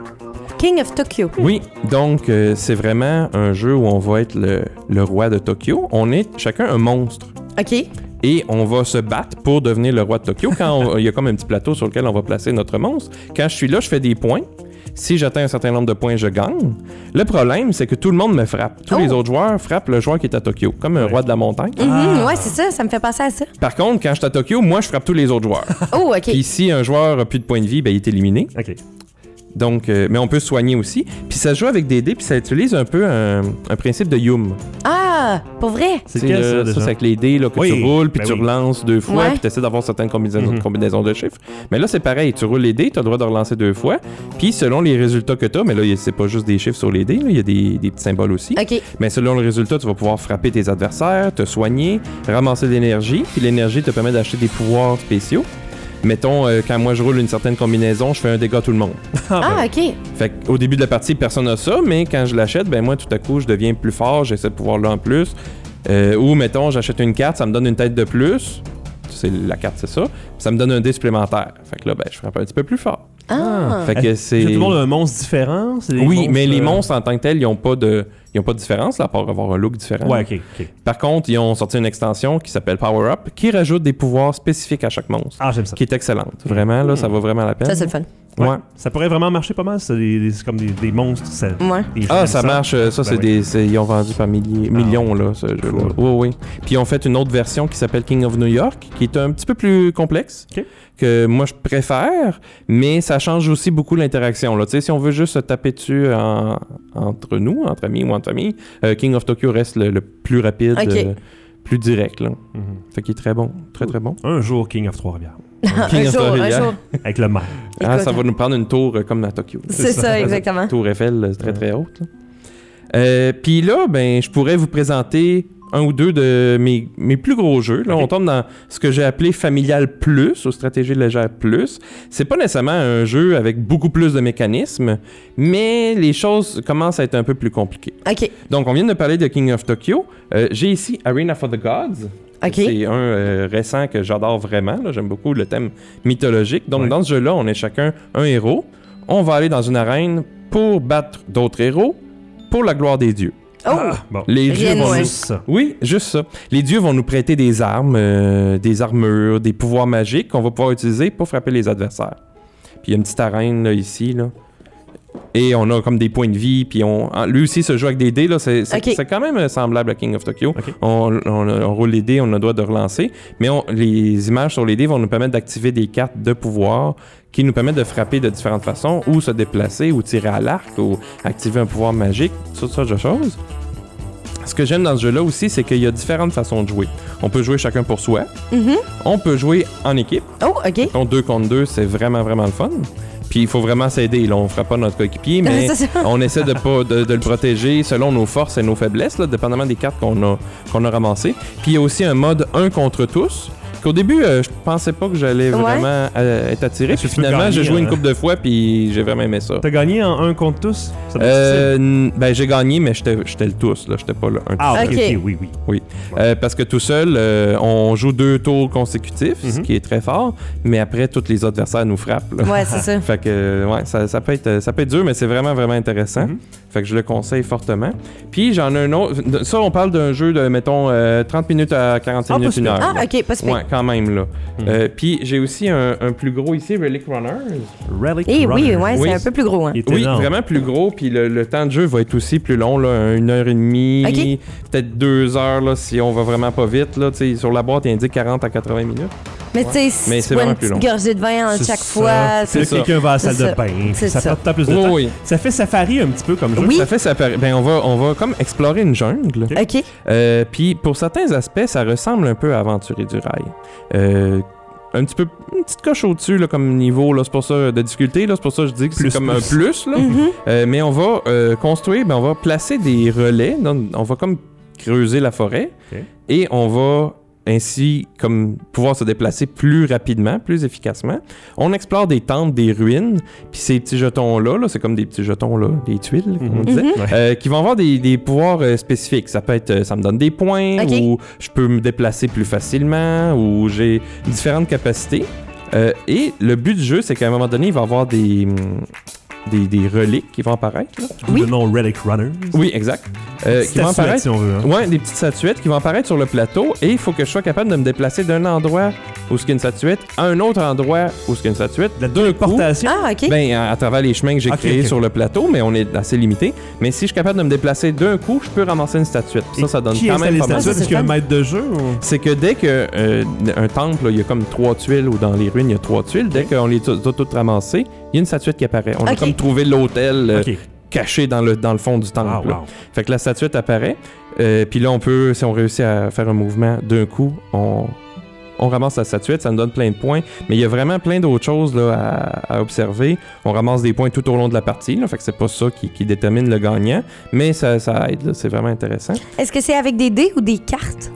[SPEAKER 2] King of Tokyo.
[SPEAKER 3] Oui, donc euh, c'est vraiment un jeu où on va être le, le roi de Tokyo. On est chacun un monstre.
[SPEAKER 2] OK.
[SPEAKER 3] Et on va se battre pour devenir le roi de Tokyo. Quand on- il y a comme un petit plateau sur lequel on va placer notre monstre. Quand je suis là, je fais des points. Si j'atteins un certain nombre de points, je gagne. Le problème, c'est que tout le monde me frappe. Tous
[SPEAKER 2] Oh.
[SPEAKER 3] les autres joueurs frappent le joueur qui est à Tokyo, comme un
[SPEAKER 1] Ouais.
[SPEAKER 3] roi de la montagne.
[SPEAKER 2] Mhm, Ouais, c'est ça, ça me fait penser à ça.
[SPEAKER 3] Par contre, quand je suis à Tokyo, moi, je frappe tous les autres joueurs.
[SPEAKER 2] Oh, OK.
[SPEAKER 3] Puis si un joueur a plus de points de vie, ben, il est éliminé.
[SPEAKER 1] OK.
[SPEAKER 3] Donc, euh, mais on peut se soigner aussi. Puis ça se joue avec des dés, puis ça utilise un peu un, un principe de Yum.
[SPEAKER 2] Ah, pour vrai?
[SPEAKER 1] C'est
[SPEAKER 3] Tu sais,
[SPEAKER 1] lequel,
[SPEAKER 3] le-
[SPEAKER 1] ça,
[SPEAKER 3] ça,
[SPEAKER 1] déjà?
[SPEAKER 3] c'est avec les dés là, que
[SPEAKER 1] Oui,
[SPEAKER 3] tu roules, puis
[SPEAKER 1] ben
[SPEAKER 3] tu
[SPEAKER 1] oui.
[SPEAKER 3] relances deux fois,
[SPEAKER 2] Ouais.
[SPEAKER 3] puis tu essaies d'avoir certaines combinaisons,
[SPEAKER 1] Mhm.
[SPEAKER 3] combinaisons de chiffres. Mais là, c'est pareil, tu roules les dés, tu as le droit de relancer deux fois. Puis selon les résultats que tu as, mais là, y a- c'est pas juste des chiffres sur les dés, là, il y a des, des petits symboles aussi.
[SPEAKER 2] OK.
[SPEAKER 3] Mais selon le résultat, tu vas pouvoir frapper tes adversaires, te soigner, ramasser de l'énergie, puis l'énergie te permet d'acheter des pouvoirs spéciaux. Mettons, euh, quand moi je roule une certaine combinaison, je fais un dégât à tout le monde.
[SPEAKER 2] Ah, OK.
[SPEAKER 3] Fait au début de la partie, personne n'a ça, mais quand je l'achète, ben moi, tout à coup, je deviens plus fort, j'ai ce pouvoir-là en plus. Euh, ou, mettons, j'achète une carte, ça me donne une tête de plus. Tu sais, c'est la carte, c'est ça. Ça me donne un dé supplémentaire. Fait que là, ben, je frappe un petit peu plus fort.
[SPEAKER 2] Ah.
[SPEAKER 3] Fait que c'est.
[SPEAKER 1] Tout le monde a un monstre différent. c'est des
[SPEAKER 3] Oui, mais les
[SPEAKER 1] euh,
[SPEAKER 3] monstres en tant que tels, ils n'ont pas de, ils ont pas de différence, là, à part avoir un look différent.
[SPEAKER 1] Ouais, ok, ok.
[SPEAKER 3] Par contre, ils ont sorti une extension qui s'appelle Power Up, qui rajoute des pouvoirs spécifiques à chaque monstre,
[SPEAKER 1] Ah, Hmm. j'aime ça.
[SPEAKER 3] qui est excellente. Vraiment, là, ça vaut vraiment la peine.
[SPEAKER 2] Ça, c'est le fun.
[SPEAKER 3] Ouais.
[SPEAKER 1] Ça pourrait vraiment marcher pas mal, ça, des- des- c'est comme des, des monstres. Ça,
[SPEAKER 2] Ouais.
[SPEAKER 1] des gens
[SPEAKER 3] Ah,
[SPEAKER 1] aiment
[SPEAKER 3] ça marche. euh, Ça,
[SPEAKER 1] Ben
[SPEAKER 3] c'est
[SPEAKER 1] oui. Ah,
[SPEAKER 3] des, c'est- ils ont vendu par milliers- millions là. Ce jeu
[SPEAKER 1] Cool.
[SPEAKER 3] Oui, oui. Puis ils ont fait une autre version qui s'appelle King of New York, qui est un petit peu plus complexe
[SPEAKER 1] Ok.
[SPEAKER 3] que moi je préfère, mais ça change aussi beaucoup l'interaction. Là, tu sais, si on veut juste se taper dessus en- entre nous, entre amis ou entre famille, euh, King of Tokyo reste le, le plus rapide,
[SPEAKER 2] Ok.
[SPEAKER 3] euh, plus direct. Là.
[SPEAKER 1] Mhm.
[SPEAKER 3] Fait qu'il est très bon, très très bon.
[SPEAKER 1] Un jour, King of Trois-Rivières.
[SPEAKER 3] King
[SPEAKER 2] un
[SPEAKER 3] of
[SPEAKER 2] jour, un
[SPEAKER 3] Florida.
[SPEAKER 2] jour.
[SPEAKER 1] Avec le maire.
[SPEAKER 3] Ah,
[SPEAKER 2] Écoute,
[SPEAKER 3] ça va nous prendre une tour euh, comme à Tokyo.
[SPEAKER 2] C'est ça, exactement.
[SPEAKER 3] Tour Eiffel euh, très très haute. là. Euh, Puis là, ben, je pourrais vous présenter un ou deux de mes, mes plus gros jeux. Là,
[SPEAKER 1] Ok.
[SPEAKER 3] on tombe dans ce que j'ai appelé familial plus ou stratégie légère plus. C'est pas nécessairement un jeu avec beaucoup plus de mécanismes, mais les choses commencent à être un peu plus compliquées.
[SPEAKER 2] OK.
[SPEAKER 3] Donc, on vient de parler de King of Tokyo. Euh, j'ai ici Arena for the Gods.
[SPEAKER 2] OK.
[SPEAKER 3] C'est un euh, récent que j'adore vraiment. là. J'aime beaucoup le thème mythologique. Donc,
[SPEAKER 1] Ouais.
[SPEAKER 3] dans ce jeu-là, on est chacun un héros. On va aller dans une arène pour battre d'autres héros pour la gloire des dieux.
[SPEAKER 2] Oh!
[SPEAKER 1] Ah, bon.
[SPEAKER 3] Les
[SPEAKER 2] Rien
[SPEAKER 3] dieux
[SPEAKER 2] de
[SPEAKER 3] vont
[SPEAKER 2] moins.
[SPEAKER 3] nous-
[SPEAKER 1] Juste ça.
[SPEAKER 3] Oui, juste ça. Les dieux vont nous prêter des armes, euh, des armures, des pouvoirs magiques qu'on va pouvoir utiliser pour frapper les adversaires. Puis il y a une petite arène là, ici. Là. Et on a comme des points de vie. Puis on... en- lui aussi se joue avec des dés. là. C'est c'est-
[SPEAKER 2] Ok.
[SPEAKER 3] c'est quand même euh, semblable à King of Tokyo.
[SPEAKER 1] Ok.
[SPEAKER 3] On, on- on roule les dés, on a le droit de relancer. Mais on- les images sur les dés vont nous permettre d'activer des cartes de pouvoir qui nous permettent de frapper de différentes façons ou se déplacer ou tirer à l'arc ou activer un pouvoir magique, toutes sortes de choses. Ce que j'aime dans ce jeu-là aussi, c'est qu'il y a différentes façons de jouer. On peut jouer chacun pour soi.
[SPEAKER 2] Mhm.
[SPEAKER 3] On peut jouer en équipe.
[SPEAKER 2] Oh, OK.
[SPEAKER 3] Donc, deux contre deux, c'est vraiment, vraiment le fun. Puis, il faut vraiment s'aider. Là, on fera pas notre coéquipier, mais
[SPEAKER 2] Ça, c'est-
[SPEAKER 3] on essaie de, pas, de, de le protéger selon nos forces et nos faiblesses, là, dépendamment des cartes qu'on a, qu'on a ramassées. Puis, il y a aussi un mode un contre tous. Qu'au début, euh, je pensais pas que j'allais
[SPEAKER 2] Ouais.
[SPEAKER 3] vraiment euh, être attiré.
[SPEAKER 1] Parce que
[SPEAKER 3] Puis,
[SPEAKER 1] tu peux
[SPEAKER 3] finalement, j'ai
[SPEAKER 1] gagner,
[SPEAKER 3] joué une
[SPEAKER 1] hein.
[SPEAKER 3] couple de fois, puis j'ai vraiment aimé ça.
[SPEAKER 1] T'as gagné en un contre tous? Ça doit être difficile.
[SPEAKER 3] Euh, n- ben, j'ai gagné, mais j'étais j'étais le tous. là. J'étais pas le un tout
[SPEAKER 1] Ah, ok,
[SPEAKER 2] ok.
[SPEAKER 1] ok, oui, oui.
[SPEAKER 3] Euh, parce que tout seul, euh, on joue deux tours consécutifs, ce
[SPEAKER 1] Mhm.
[SPEAKER 3] qui est très fort, mais après, tous les adversaires nous frappent. là.
[SPEAKER 2] Ouais, c'est ça.
[SPEAKER 3] Fait que, euh, ouais, ça, ça peut être, ça peut être dur, mais c'est vraiment, vraiment intéressant.
[SPEAKER 1] Mhm.
[SPEAKER 3] Fait que je le conseille fortement. Puis j'en ai un autre. Ça, on parle d'un jeu de, mettons, euh, 30 minutes à 45
[SPEAKER 1] Ah,
[SPEAKER 3] minutes,
[SPEAKER 1] pas
[SPEAKER 3] une heure.
[SPEAKER 2] Ah,
[SPEAKER 3] là.
[SPEAKER 2] OK, pas
[SPEAKER 3] Ouais,
[SPEAKER 2] super.
[SPEAKER 3] quand même, là.
[SPEAKER 1] Mhm.
[SPEAKER 3] Euh, puis j'ai aussi un, un plus gros ici, Relic Runners.
[SPEAKER 1] Relic
[SPEAKER 2] Eh oui,
[SPEAKER 1] Runner.
[SPEAKER 2] ouais,
[SPEAKER 3] Oui.
[SPEAKER 2] c'est un peu plus gros, hein.
[SPEAKER 1] Il est
[SPEAKER 3] Oui,
[SPEAKER 1] énorme.
[SPEAKER 3] vraiment plus gros, puis le, le temps de jeu va être aussi plus long, là, une heure et demie,
[SPEAKER 2] Ok.
[SPEAKER 3] peut-être deux heures là, si on va vraiment pas vite. Là, tu sais, sur la boîte, il indique 40 à 80 minutes.
[SPEAKER 2] Mais tu sais, si
[SPEAKER 3] Mais
[SPEAKER 2] tu
[SPEAKER 3] c'est
[SPEAKER 2] bois
[SPEAKER 3] vraiment
[SPEAKER 2] une
[SPEAKER 3] plus
[SPEAKER 2] petite
[SPEAKER 3] long.
[SPEAKER 2] gorgée de vin en
[SPEAKER 1] C'est
[SPEAKER 2] chaque
[SPEAKER 1] ça.
[SPEAKER 2] fois.
[SPEAKER 1] C'est
[SPEAKER 3] C'est
[SPEAKER 1] là que quelqu'un va à la
[SPEAKER 2] C'est
[SPEAKER 1] salle de
[SPEAKER 2] ça.
[SPEAKER 1] bain. puis
[SPEAKER 2] C'est
[SPEAKER 1] Ça
[SPEAKER 2] ça.
[SPEAKER 1] prend de temps plus de
[SPEAKER 3] Oui,
[SPEAKER 1] temps.
[SPEAKER 3] oui.
[SPEAKER 1] Ça fait safari un petit peu comme jeu.
[SPEAKER 2] Oui.
[SPEAKER 3] Ça fait ça paraît- Ben, on va, on va comme explorer une jungle.
[SPEAKER 2] OK.
[SPEAKER 3] Euh, puis pour certains aspects, ça ressemble un peu à Aventurer du rail. Euh, un petit peu une petite coche au-dessus là, comme niveau là, c'est pour ça de difficulté là, c'est pour ça que je dis que c'est
[SPEAKER 1] Plus,
[SPEAKER 3] comme
[SPEAKER 1] plus.
[SPEAKER 3] un plus là.
[SPEAKER 2] Mhm.
[SPEAKER 3] Euh, mais on va euh, construire, ben, on va placer des relais, donc on va comme creuser la forêt
[SPEAKER 1] Ok.
[SPEAKER 3] et on va ainsi comme pouvoir se déplacer plus rapidement, plus efficacement. On explore des tentes, des ruines, puis ces petits jetons-là, là, c'est comme des petits jetons, là, des tuiles, comme on
[SPEAKER 1] Mhm.
[SPEAKER 3] disait,
[SPEAKER 2] Mhm.
[SPEAKER 1] Ouais.
[SPEAKER 3] euh, qui vont avoir des, des pouvoirs euh, spécifiques. Ça peut être, euh, ça me donne des points,
[SPEAKER 2] Ok.
[SPEAKER 3] ou je peux me déplacer plus facilement, ou j'ai différentes capacités. Euh, et le but du jeu, c'est qu'à un moment donné, il va y avoir des, hum, des, des reliques qui vont apparaître. là.
[SPEAKER 1] D'où
[SPEAKER 2] Oui.
[SPEAKER 1] Le nom Relic Runner.
[SPEAKER 3] Oui, exact. Euh, qui vont
[SPEAKER 1] Statuette,
[SPEAKER 3] apparaître.
[SPEAKER 1] si on veut. hein.
[SPEAKER 3] Ouais, des petites statuettes qui vont apparaître sur le plateau et il faut que je sois capable de me déplacer d'un endroit où ce qu'il y a une statuette à un autre endroit où ce qu'il y a une statuette.
[SPEAKER 1] La
[SPEAKER 3] D'un coup,
[SPEAKER 1] téléportation.
[SPEAKER 2] Ah, OK.
[SPEAKER 3] ben, à, à travers les chemins que j'ai
[SPEAKER 1] Ok,
[SPEAKER 3] créés
[SPEAKER 1] ok.
[SPEAKER 3] sur le plateau, mais on est assez limité. Mais si je suis capable de me déplacer d'un coup, je peux ramasser une statuette. Ah, Ça,
[SPEAKER 1] Et
[SPEAKER 3] ça donne
[SPEAKER 1] qui
[SPEAKER 3] quand
[SPEAKER 1] installe
[SPEAKER 3] même
[SPEAKER 1] les
[SPEAKER 3] pas mal.
[SPEAKER 1] statuettes?
[SPEAKER 2] Ça,
[SPEAKER 1] Est-ce
[SPEAKER 2] c'est
[SPEAKER 1] qu'il y a un
[SPEAKER 2] fun.
[SPEAKER 1] maître de jeu ou-
[SPEAKER 3] C'est que dès que euh, un temple, là, il y a comme trois tuiles ou dans les ruines, il y a trois tuiles. Dès qu'on les a toutes ramassées, il y a une statuette qui apparaît. On a
[SPEAKER 2] Ok.
[SPEAKER 3] comme trouvé l'hôtel euh,
[SPEAKER 1] Ok.
[SPEAKER 3] caché dans le, dans le fond du temple.
[SPEAKER 1] Ah,
[SPEAKER 3] là.
[SPEAKER 1] wow.
[SPEAKER 3] Fait que la statuette apparaît. euh, Puis là, on peut, si on réussit à faire un mouvement d'un coup, on, on ramasse la statuette. Ça nous donne plein de points. Mais il y a vraiment plein d'autres choses là, à, à observer. On ramasse des points tout au long de la partie. Là, fait que c'est pas ça qui, qui détermine le gagnant. Mais ça, ça aide. là, C'est vraiment intéressant.
[SPEAKER 2] Est-ce que c'est avec des dés ou des cartes?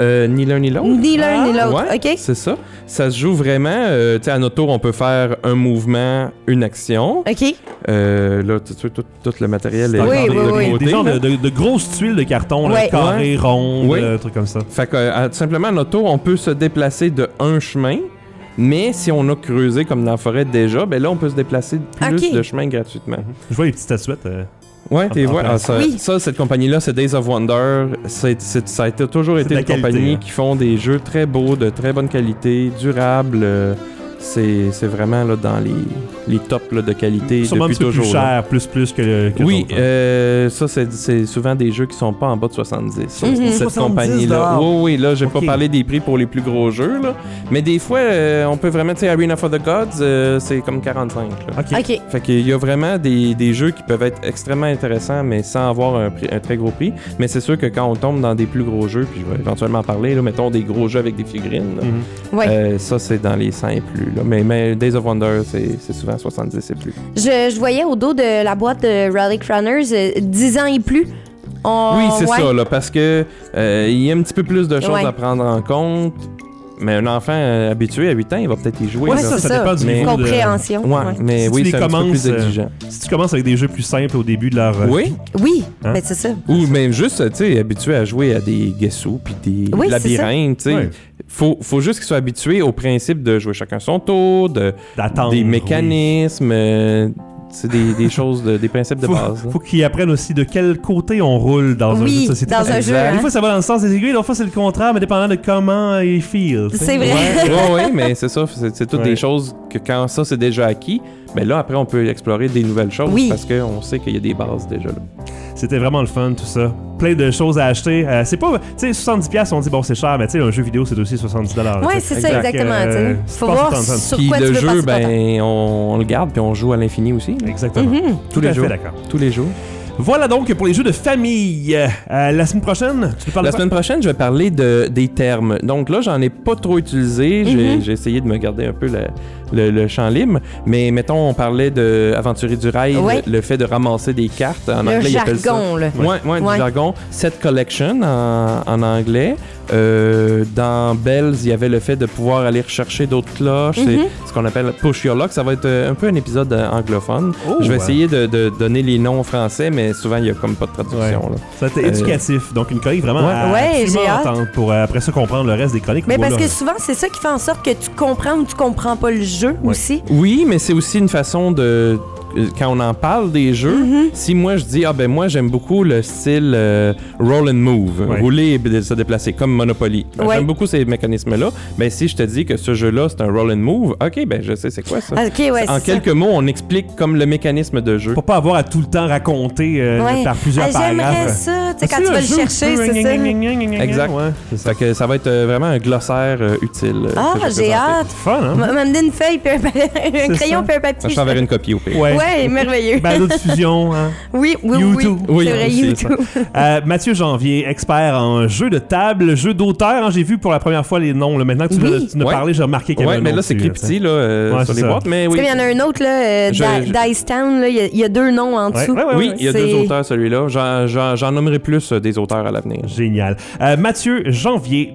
[SPEAKER 3] Euh, ni l'un ni l'autre.
[SPEAKER 2] Ni l'un ni l'autre.
[SPEAKER 3] Ah, Ouais,
[SPEAKER 2] OK?
[SPEAKER 3] C'est ça. Ça se joue vraiment. euh, tu sais, à notre tour, on peut faire un mouvement, une action.
[SPEAKER 2] OK?
[SPEAKER 3] Euh, là, tu sais, tout, tout le matériel est
[SPEAKER 2] Oui,
[SPEAKER 3] dans
[SPEAKER 2] oui,
[SPEAKER 3] les- de
[SPEAKER 2] oui.
[SPEAKER 3] côté,
[SPEAKER 1] Des genres
[SPEAKER 3] là.
[SPEAKER 1] de, de- de grosses tuiles de carton, là,
[SPEAKER 2] Ouais.
[SPEAKER 1] carrées, rondes,
[SPEAKER 3] Oui.
[SPEAKER 1] euh, trucs comme ça.
[SPEAKER 3] Fait que, euh, à- tout simplement, à notre tour, on peut se déplacer de un chemin, mais si on a creusé comme dans la forêt déjà, ben là, on peut se déplacer de plus
[SPEAKER 2] Ok.
[SPEAKER 3] de chemin gratuitement.
[SPEAKER 1] Je vois les petites statuettes. euh.
[SPEAKER 3] Ouais, t'es
[SPEAKER 1] En- en
[SPEAKER 3] vois.
[SPEAKER 1] place.
[SPEAKER 3] ah, ça,
[SPEAKER 2] Oui.
[SPEAKER 3] ça, cette compagnie-là, c'est Days of Wonder. C'est, c'est- ça a été- toujours
[SPEAKER 1] C'est
[SPEAKER 3] été
[SPEAKER 1] de la
[SPEAKER 3] une
[SPEAKER 1] qualité,
[SPEAKER 3] compagnie
[SPEAKER 1] hein.
[SPEAKER 3] qui font des jeux très beaux, de très bonne qualité, durables. euh, c'est, c'est vraiment là, dans les, les tops là, de qualité
[SPEAKER 1] Sûrement un
[SPEAKER 3] depuis
[SPEAKER 1] petit peu
[SPEAKER 3] toujours.
[SPEAKER 1] plus
[SPEAKER 3] là.
[SPEAKER 1] cher, plus plus que le. que
[SPEAKER 3] Oui,
[SPEAKER 1] d'autres, hein.
[SPEAKER 3] euh, ça, c'est, c'est souvent des jeux qui sont pas en bas de 70.
[SPEAKER 2] Mhm.
[SPEAKER 3] Cette
[SPEAKER 1] 70
[SPEAKER 3] compagnie-là.
[SPEAKER 1] dollars.
[SPEAKER 3] Oui, oui, là, j'ai
[SPEAKER 1] Ok.
[SPEAKER 3] pas parlé des prix pour les plus gros jeux, là. Mais des fois, euh, on peut vraiment, tu sais, Arena for the Gods, euh, c'est comme 45, là.
[SPEAKER 1] Ok.
[SPEAKER 2] OK.
[SPEAKER 3] Fait qu'il y a vraiment des, des jeux qui peuvent être extrêmement intéressants, mais sans avoir un, prix- un très gros prix. Mais c'est sûr que quand on tombe dans des plus gros jeux, puis je vais éventuellement en parler, là, mettons des gros jeux avec des figurines, là,
[SPEAKER 1] Mhm.
[SPEAKER 2] Ouais.
[SPEAKER 3] euh, ça c'est dans les 100 et plus. là. Mais, mais Days of Wonder, c'est c'est souvent 70 et plus.
[SPEAKER 2] Je, je voyais au dos de la boîte de Relic Runners euh, 10 ans et plus. On-
[SPEAKER 3] oui, c'est
[SPEAKER 2] ouais.
[SPEAKER 3] ça, là, parce que euh, il y a un petit peu plus de choses
[SPEAKER 2] Ouais.
[SPEAKER 3] à prendre en compte. Mais un enfant euh, habitué à 8 ans, il va peut-être y jouer.
[SPEAKER 1] Ouais,
[SPEAKER 3] là.
[SPEAKER 1] ça,
[SPEAKER 2] c'est
[SPEAKER 1] ça dépend
[SPEAKER 2] ça.
[SPEAKER 1] du
[SPEAKER 3] Mais-
[SPEAKER 1] niveau de-
[SPEAKER 2] Compréhension.
[SPEAKER 3] Ouais,
[SPEAKER 2] ouais.
[SPEAKER 3] mais
[SPEAKER 1] Si tu
[SPEAKER 3] oui,
[SPEAKER 1] les
[SPEAKER 3] c'est un petit peu
[SPEAKER 1] commences,
[SPEAKER 3] plus
[SPEAKER 1] euh,
[SPEAKER 3] exigeant.
[SPEAKER 1] Si tu commences avec des jeux plus simples au début de leur. euh,
[SPEAKER 3] Oui,
[SPEAKER 2] Oui,
[SPEAKER 1] Hein?
[SPEAKER 2] mais c'est ça.
[SPEAKER 3] Ou même juste, tu sais, habitué à jouer à des guessous puis des
[SPEAKER 2] Oui, c'est ça.
[SPEAKER 3] labyrinthes, tu sais.
[SPEAKER 1] Ouais.
[SPEAKER 3] Faut, faut juste qu'ils soient habitués au principe de jouer chacun son tour, de,
[SPEAKER 1] D'attendre.
[SPEAKER 3] des
[SPEAKER 1] oui.
[SPEAKER 3] mécanismes, euh, c'est des, des choses, de- des principes de base.
[SPEAKER 1] Faut,
[SPEAKER 3] là.
[SPEAKER 1] faut qu'ils apprennent aussi de quel côté on roule dans un jeu de
[SPEAKER 2] Oui,
[SPEAKER 1] société.
[SPEAKER 2] dans un jeu.
[SPEAKER 3] Exact.
[SPEAKER 1] Des
[SPEAKER 2] hein.
[SPEAKER 1] fois, ça va dans le sens des aiguilles, d'autres fois, c'est le contraire, mais dépendant de comment euh, ils filent. tu sais.
[SPEAKER 2] C'est vrai.
[SPEAKER 3] Ouais, ouais, ouais, mais c'est ça, c'est c'est toutes
[SPEAKER 1] Ouais.
[SPEAKER 3] des choses que quand ça c'est déjà acquis, mais là après on peut explorer des nouvelles choses
[SPEAKER 2] Oui.
[SPEAKER 3] parce qu'on sait qu'il y a des bases déjà là.
[SPEAKER 1] C'était vraiment le fun, tout ça. Plein de choses à acheter. Euh, c'est pas. Tu sais, 70$, piastres, on dit bon, c'est cher, mais tu sais, un jeu vidéo, c'est aussi 70$. là, tu
[SPEAKER 2] Ouais,
[SPEAKER 1] sais.
[SPEAKER 2] c'est ça,
[SPEAKER 3] Exact.
[SPEAKER 2] exactement.
[SPEAKER 1] Fait que, euh,
[SPEAKER 2] tu sais. Faut
[SPEAKER 1] je pense que
[SPEAKER 2] voir
[SPEAKER 1] t'entends.
[SPEAKER 2] sur
[SPEAKER 3] Puis
[SPEAKER 2] quoi tu
[SPEAKER 3] le
[SPEAKER 2] veux
[SPEAKER 3] jeu,
[SPEAKER 2] passer ton temps.
[SPEAKER 3] ben on, on le garde puis on joue à l'infini aussi, là.
[SPEAKER 1] Exactement.
[SPEAKER 2] Mhm.
[SPEAKER 3] tous les
[SPEAKER 1] à fait
[SPEAKER 3] jours,
[SPEAKER 1] d'accord.
[SPEAKER 3] tous les jours.
[SPEAKER 1] Voilà donc pour les jeux de famille. Euh, la semaine prochaine, tu nous parles
[SPEAKER 3] La
[SPEAKER 1] de quoi?
[SPEAKER 3] semaine prochaine, je vais parler de, des termes. Donc là, j'en ai pas trop utilisé. J'ai
[SPEAKER 2] Mhm.
[SPEAKER 3] j'ai essayé de me garder un peu la- le, le champ libre. Mais mettons, on parlait de Aventurier du Rail,
[SPEAKER 2] Ouais.
[SPEAKER 3] le fait de ramasser des cartes. En
[SPEAKER 2] Le
[SPEAKER 3] anglais, ils appellent ça-
[SPEAKER 2] jargon, là.
[SPEAKER 3] Ouais, ouais, du
[SPEAKER 2] Ouais.
[SPEAKER 3] jargon. Set collection en, en anglais. Euh, dans Bells, il y avait le fait de pouvoir aller rechercher d'autres cloches. C'est ce qu'on appelle push your luck. Ça va être euh, un peu un épisode euh, anglophone.
[SPEAKER 1] Oh,
[SPEAKER 3] je
[SPEAKER 1] ouais.
[SPEAKER 3] vais essayer de, de donner les noms français, mais souvent, il y a comme pas de traduction.
[SPEAKER 1] Ouais.
[SPEAKER 3] là.
[SPEAKER 1] Ça a été éducatif, donc une chronique vraiment
[SPEAKER 3] Ouais.
[SPEAKER 1] à
[SPEAKER 2] Euh, Ouais,
[SPEAKER 1] absolument
[SPEAKER 2] j'ai hâte.
[SPEAKER 1] entendre pour euh, après ça comprendre le reste des chroniques.
[SPEAKER 2] Mais
[SPEAKER 1] Voilà.
[SPEAKER 2] parce que souvent, c'est ça qui fait en sorte que tu comprends ou tu comprends pas le jeu
[SPEAKER 1] Ouais.
[SPEAKER 2] aussi.
[SPEAKER 3] Oui, mais c'est aussi une façon de euh, quand on en parle des jeux,
[SPEAKER 2] Mhm.
[SPEAKER 3] si moi je dis ah ben moi j'aime beaucoup le style euh, roll and move,
[SPEAKER 1] Ouais.
[SPEAKER 3] rouler et b- se déplacer comme Monopoly. Ben,
[SPEAKER 2] Ouais.
[SPEAKER 3] J'aime beaucoup ces mécanismes là. Ben si je te dis que ce jeu là c'est un roll and move, ok ben je sais c'est quoi ça.
[SPEAKER 2] Ah, OK, ouais,
[SPEAKER 3] en
[SPEAKER 2] c'est ça.
[SPEAKER 3] quelques mots, on explique comme le mécanisme de jeu.
[SPEAKER 1] pour pas avoir à tout le temps raconter euh,
[SPEAKER 2] Ouais.
[SPEAKER 1] par plusieurs
[SPEAKER 2] Ah, J'aimerais
[SPEAKER 1] paragraphes.
[SPEAKER 2] ça. Tu sais, quand
[SPEAKER 1] Ah,
[SPEAKER 2] tu vas le
[SPEAKER 1] c'est un jeu,
[SPEAKER 2] chercher,
[SPEAKER 1] peu,
[SPEAKER 2] c'est ça.
[SPEAKER 1] gna, gna, gna, gna,
[SPEAKER 3] Exact.
[SPEAKER 1] ouais, c'est ça.
[SPEAKER 3] Fait que ça va être euh, vraiment un glossaire euh, utile. euh,
[SPEAKER 2] Ah,
[SPEAKER 3] que je vais
[SPEAKER 2] j'ai
[SPEAKER 3] présenter.
[SPEAKER 2] hâte.
[SPEAKER 1] Fun, hein?
[SPEAKER 2] M'a- M'amener une feuille, puis un, pa- un
[SPEAKER 1] C'est
[SPEAKER 2] crayon,
[SPEAKER 1] ça.
[SPEAKER 2] puis un
[SPEAKER 3] Ça,
[SPEAKER 2] papier.
[SPEAKER 3] je t'enverrai une copie au pire.
[SPEAKER 1] Ouais.
[SPEAKER 2] Ouais, merveilleux.
[SPEAKER 1] Balado de fusion, hein?
[SPEAKER 2] Oui, oui, oui.
[SPEAKER 1] YouTube.
[SPEAKER 3] Oui,
[SPEAKER 2] c'est vrai,
[SPEAKER 3] aussi,
[SPEAKER 2] YouTube.
[SPEAKER 1] Euh, Mathieu Janvier, expert en jeux de table, jeux d'auteur. hein, J'ai vu pour la première fois les noms. là. Maintenant que tu
[SPEAKER 2] Oui.
[SPEAKER 1] nous- tu nous
[SPEAKER 3] Ouais.
[SPEAKER 1] parlais, j'ai remarqué qu'il y avait
[SPEAKER 3] Ouais,
[SPEAKER 1] un
[SPEAKER 3] mais
[SPEAKER 1] nom
[SPEAKER 3] là c'est
[SPEAKER 1] dessus,
[SPEAKER 3] Clipsy là, euh,
[SPEAKER 1] Ouais,
[SPEAKER 3] sur
[SPEAKER 1] c'est
[SPEAKER 3] les
[SPEAKER 1] ça.
[SPEAKER 3] boîtes, mais oui.
[SPEAKER 2] Il y en a un autre, là, euh,
[SPEAKER 3] Je-
[SPEAKER 2] Di-
[SPEAKER 3] je-
[SPEAKER 2] Dice Town, là, il y, a- il y a deux noms en
[SPEAKER 1] Ouais,
[SPEAKER 2] dessous.
[SPEAKER 1] ouais, ouais,
[SPEAKER 3] Oui,
[SPEAKER 1] ouais.
[SPEAKER 3] il y a deux
[SPEAKER 2] C'est-
[SPEAKER 3] auteurs celui-là. J'en- J'en j'en nommerai plus euh, des auteurs à l'avenir.
[SPEAKER 1] Génial. Euh, Mathieu Janvier,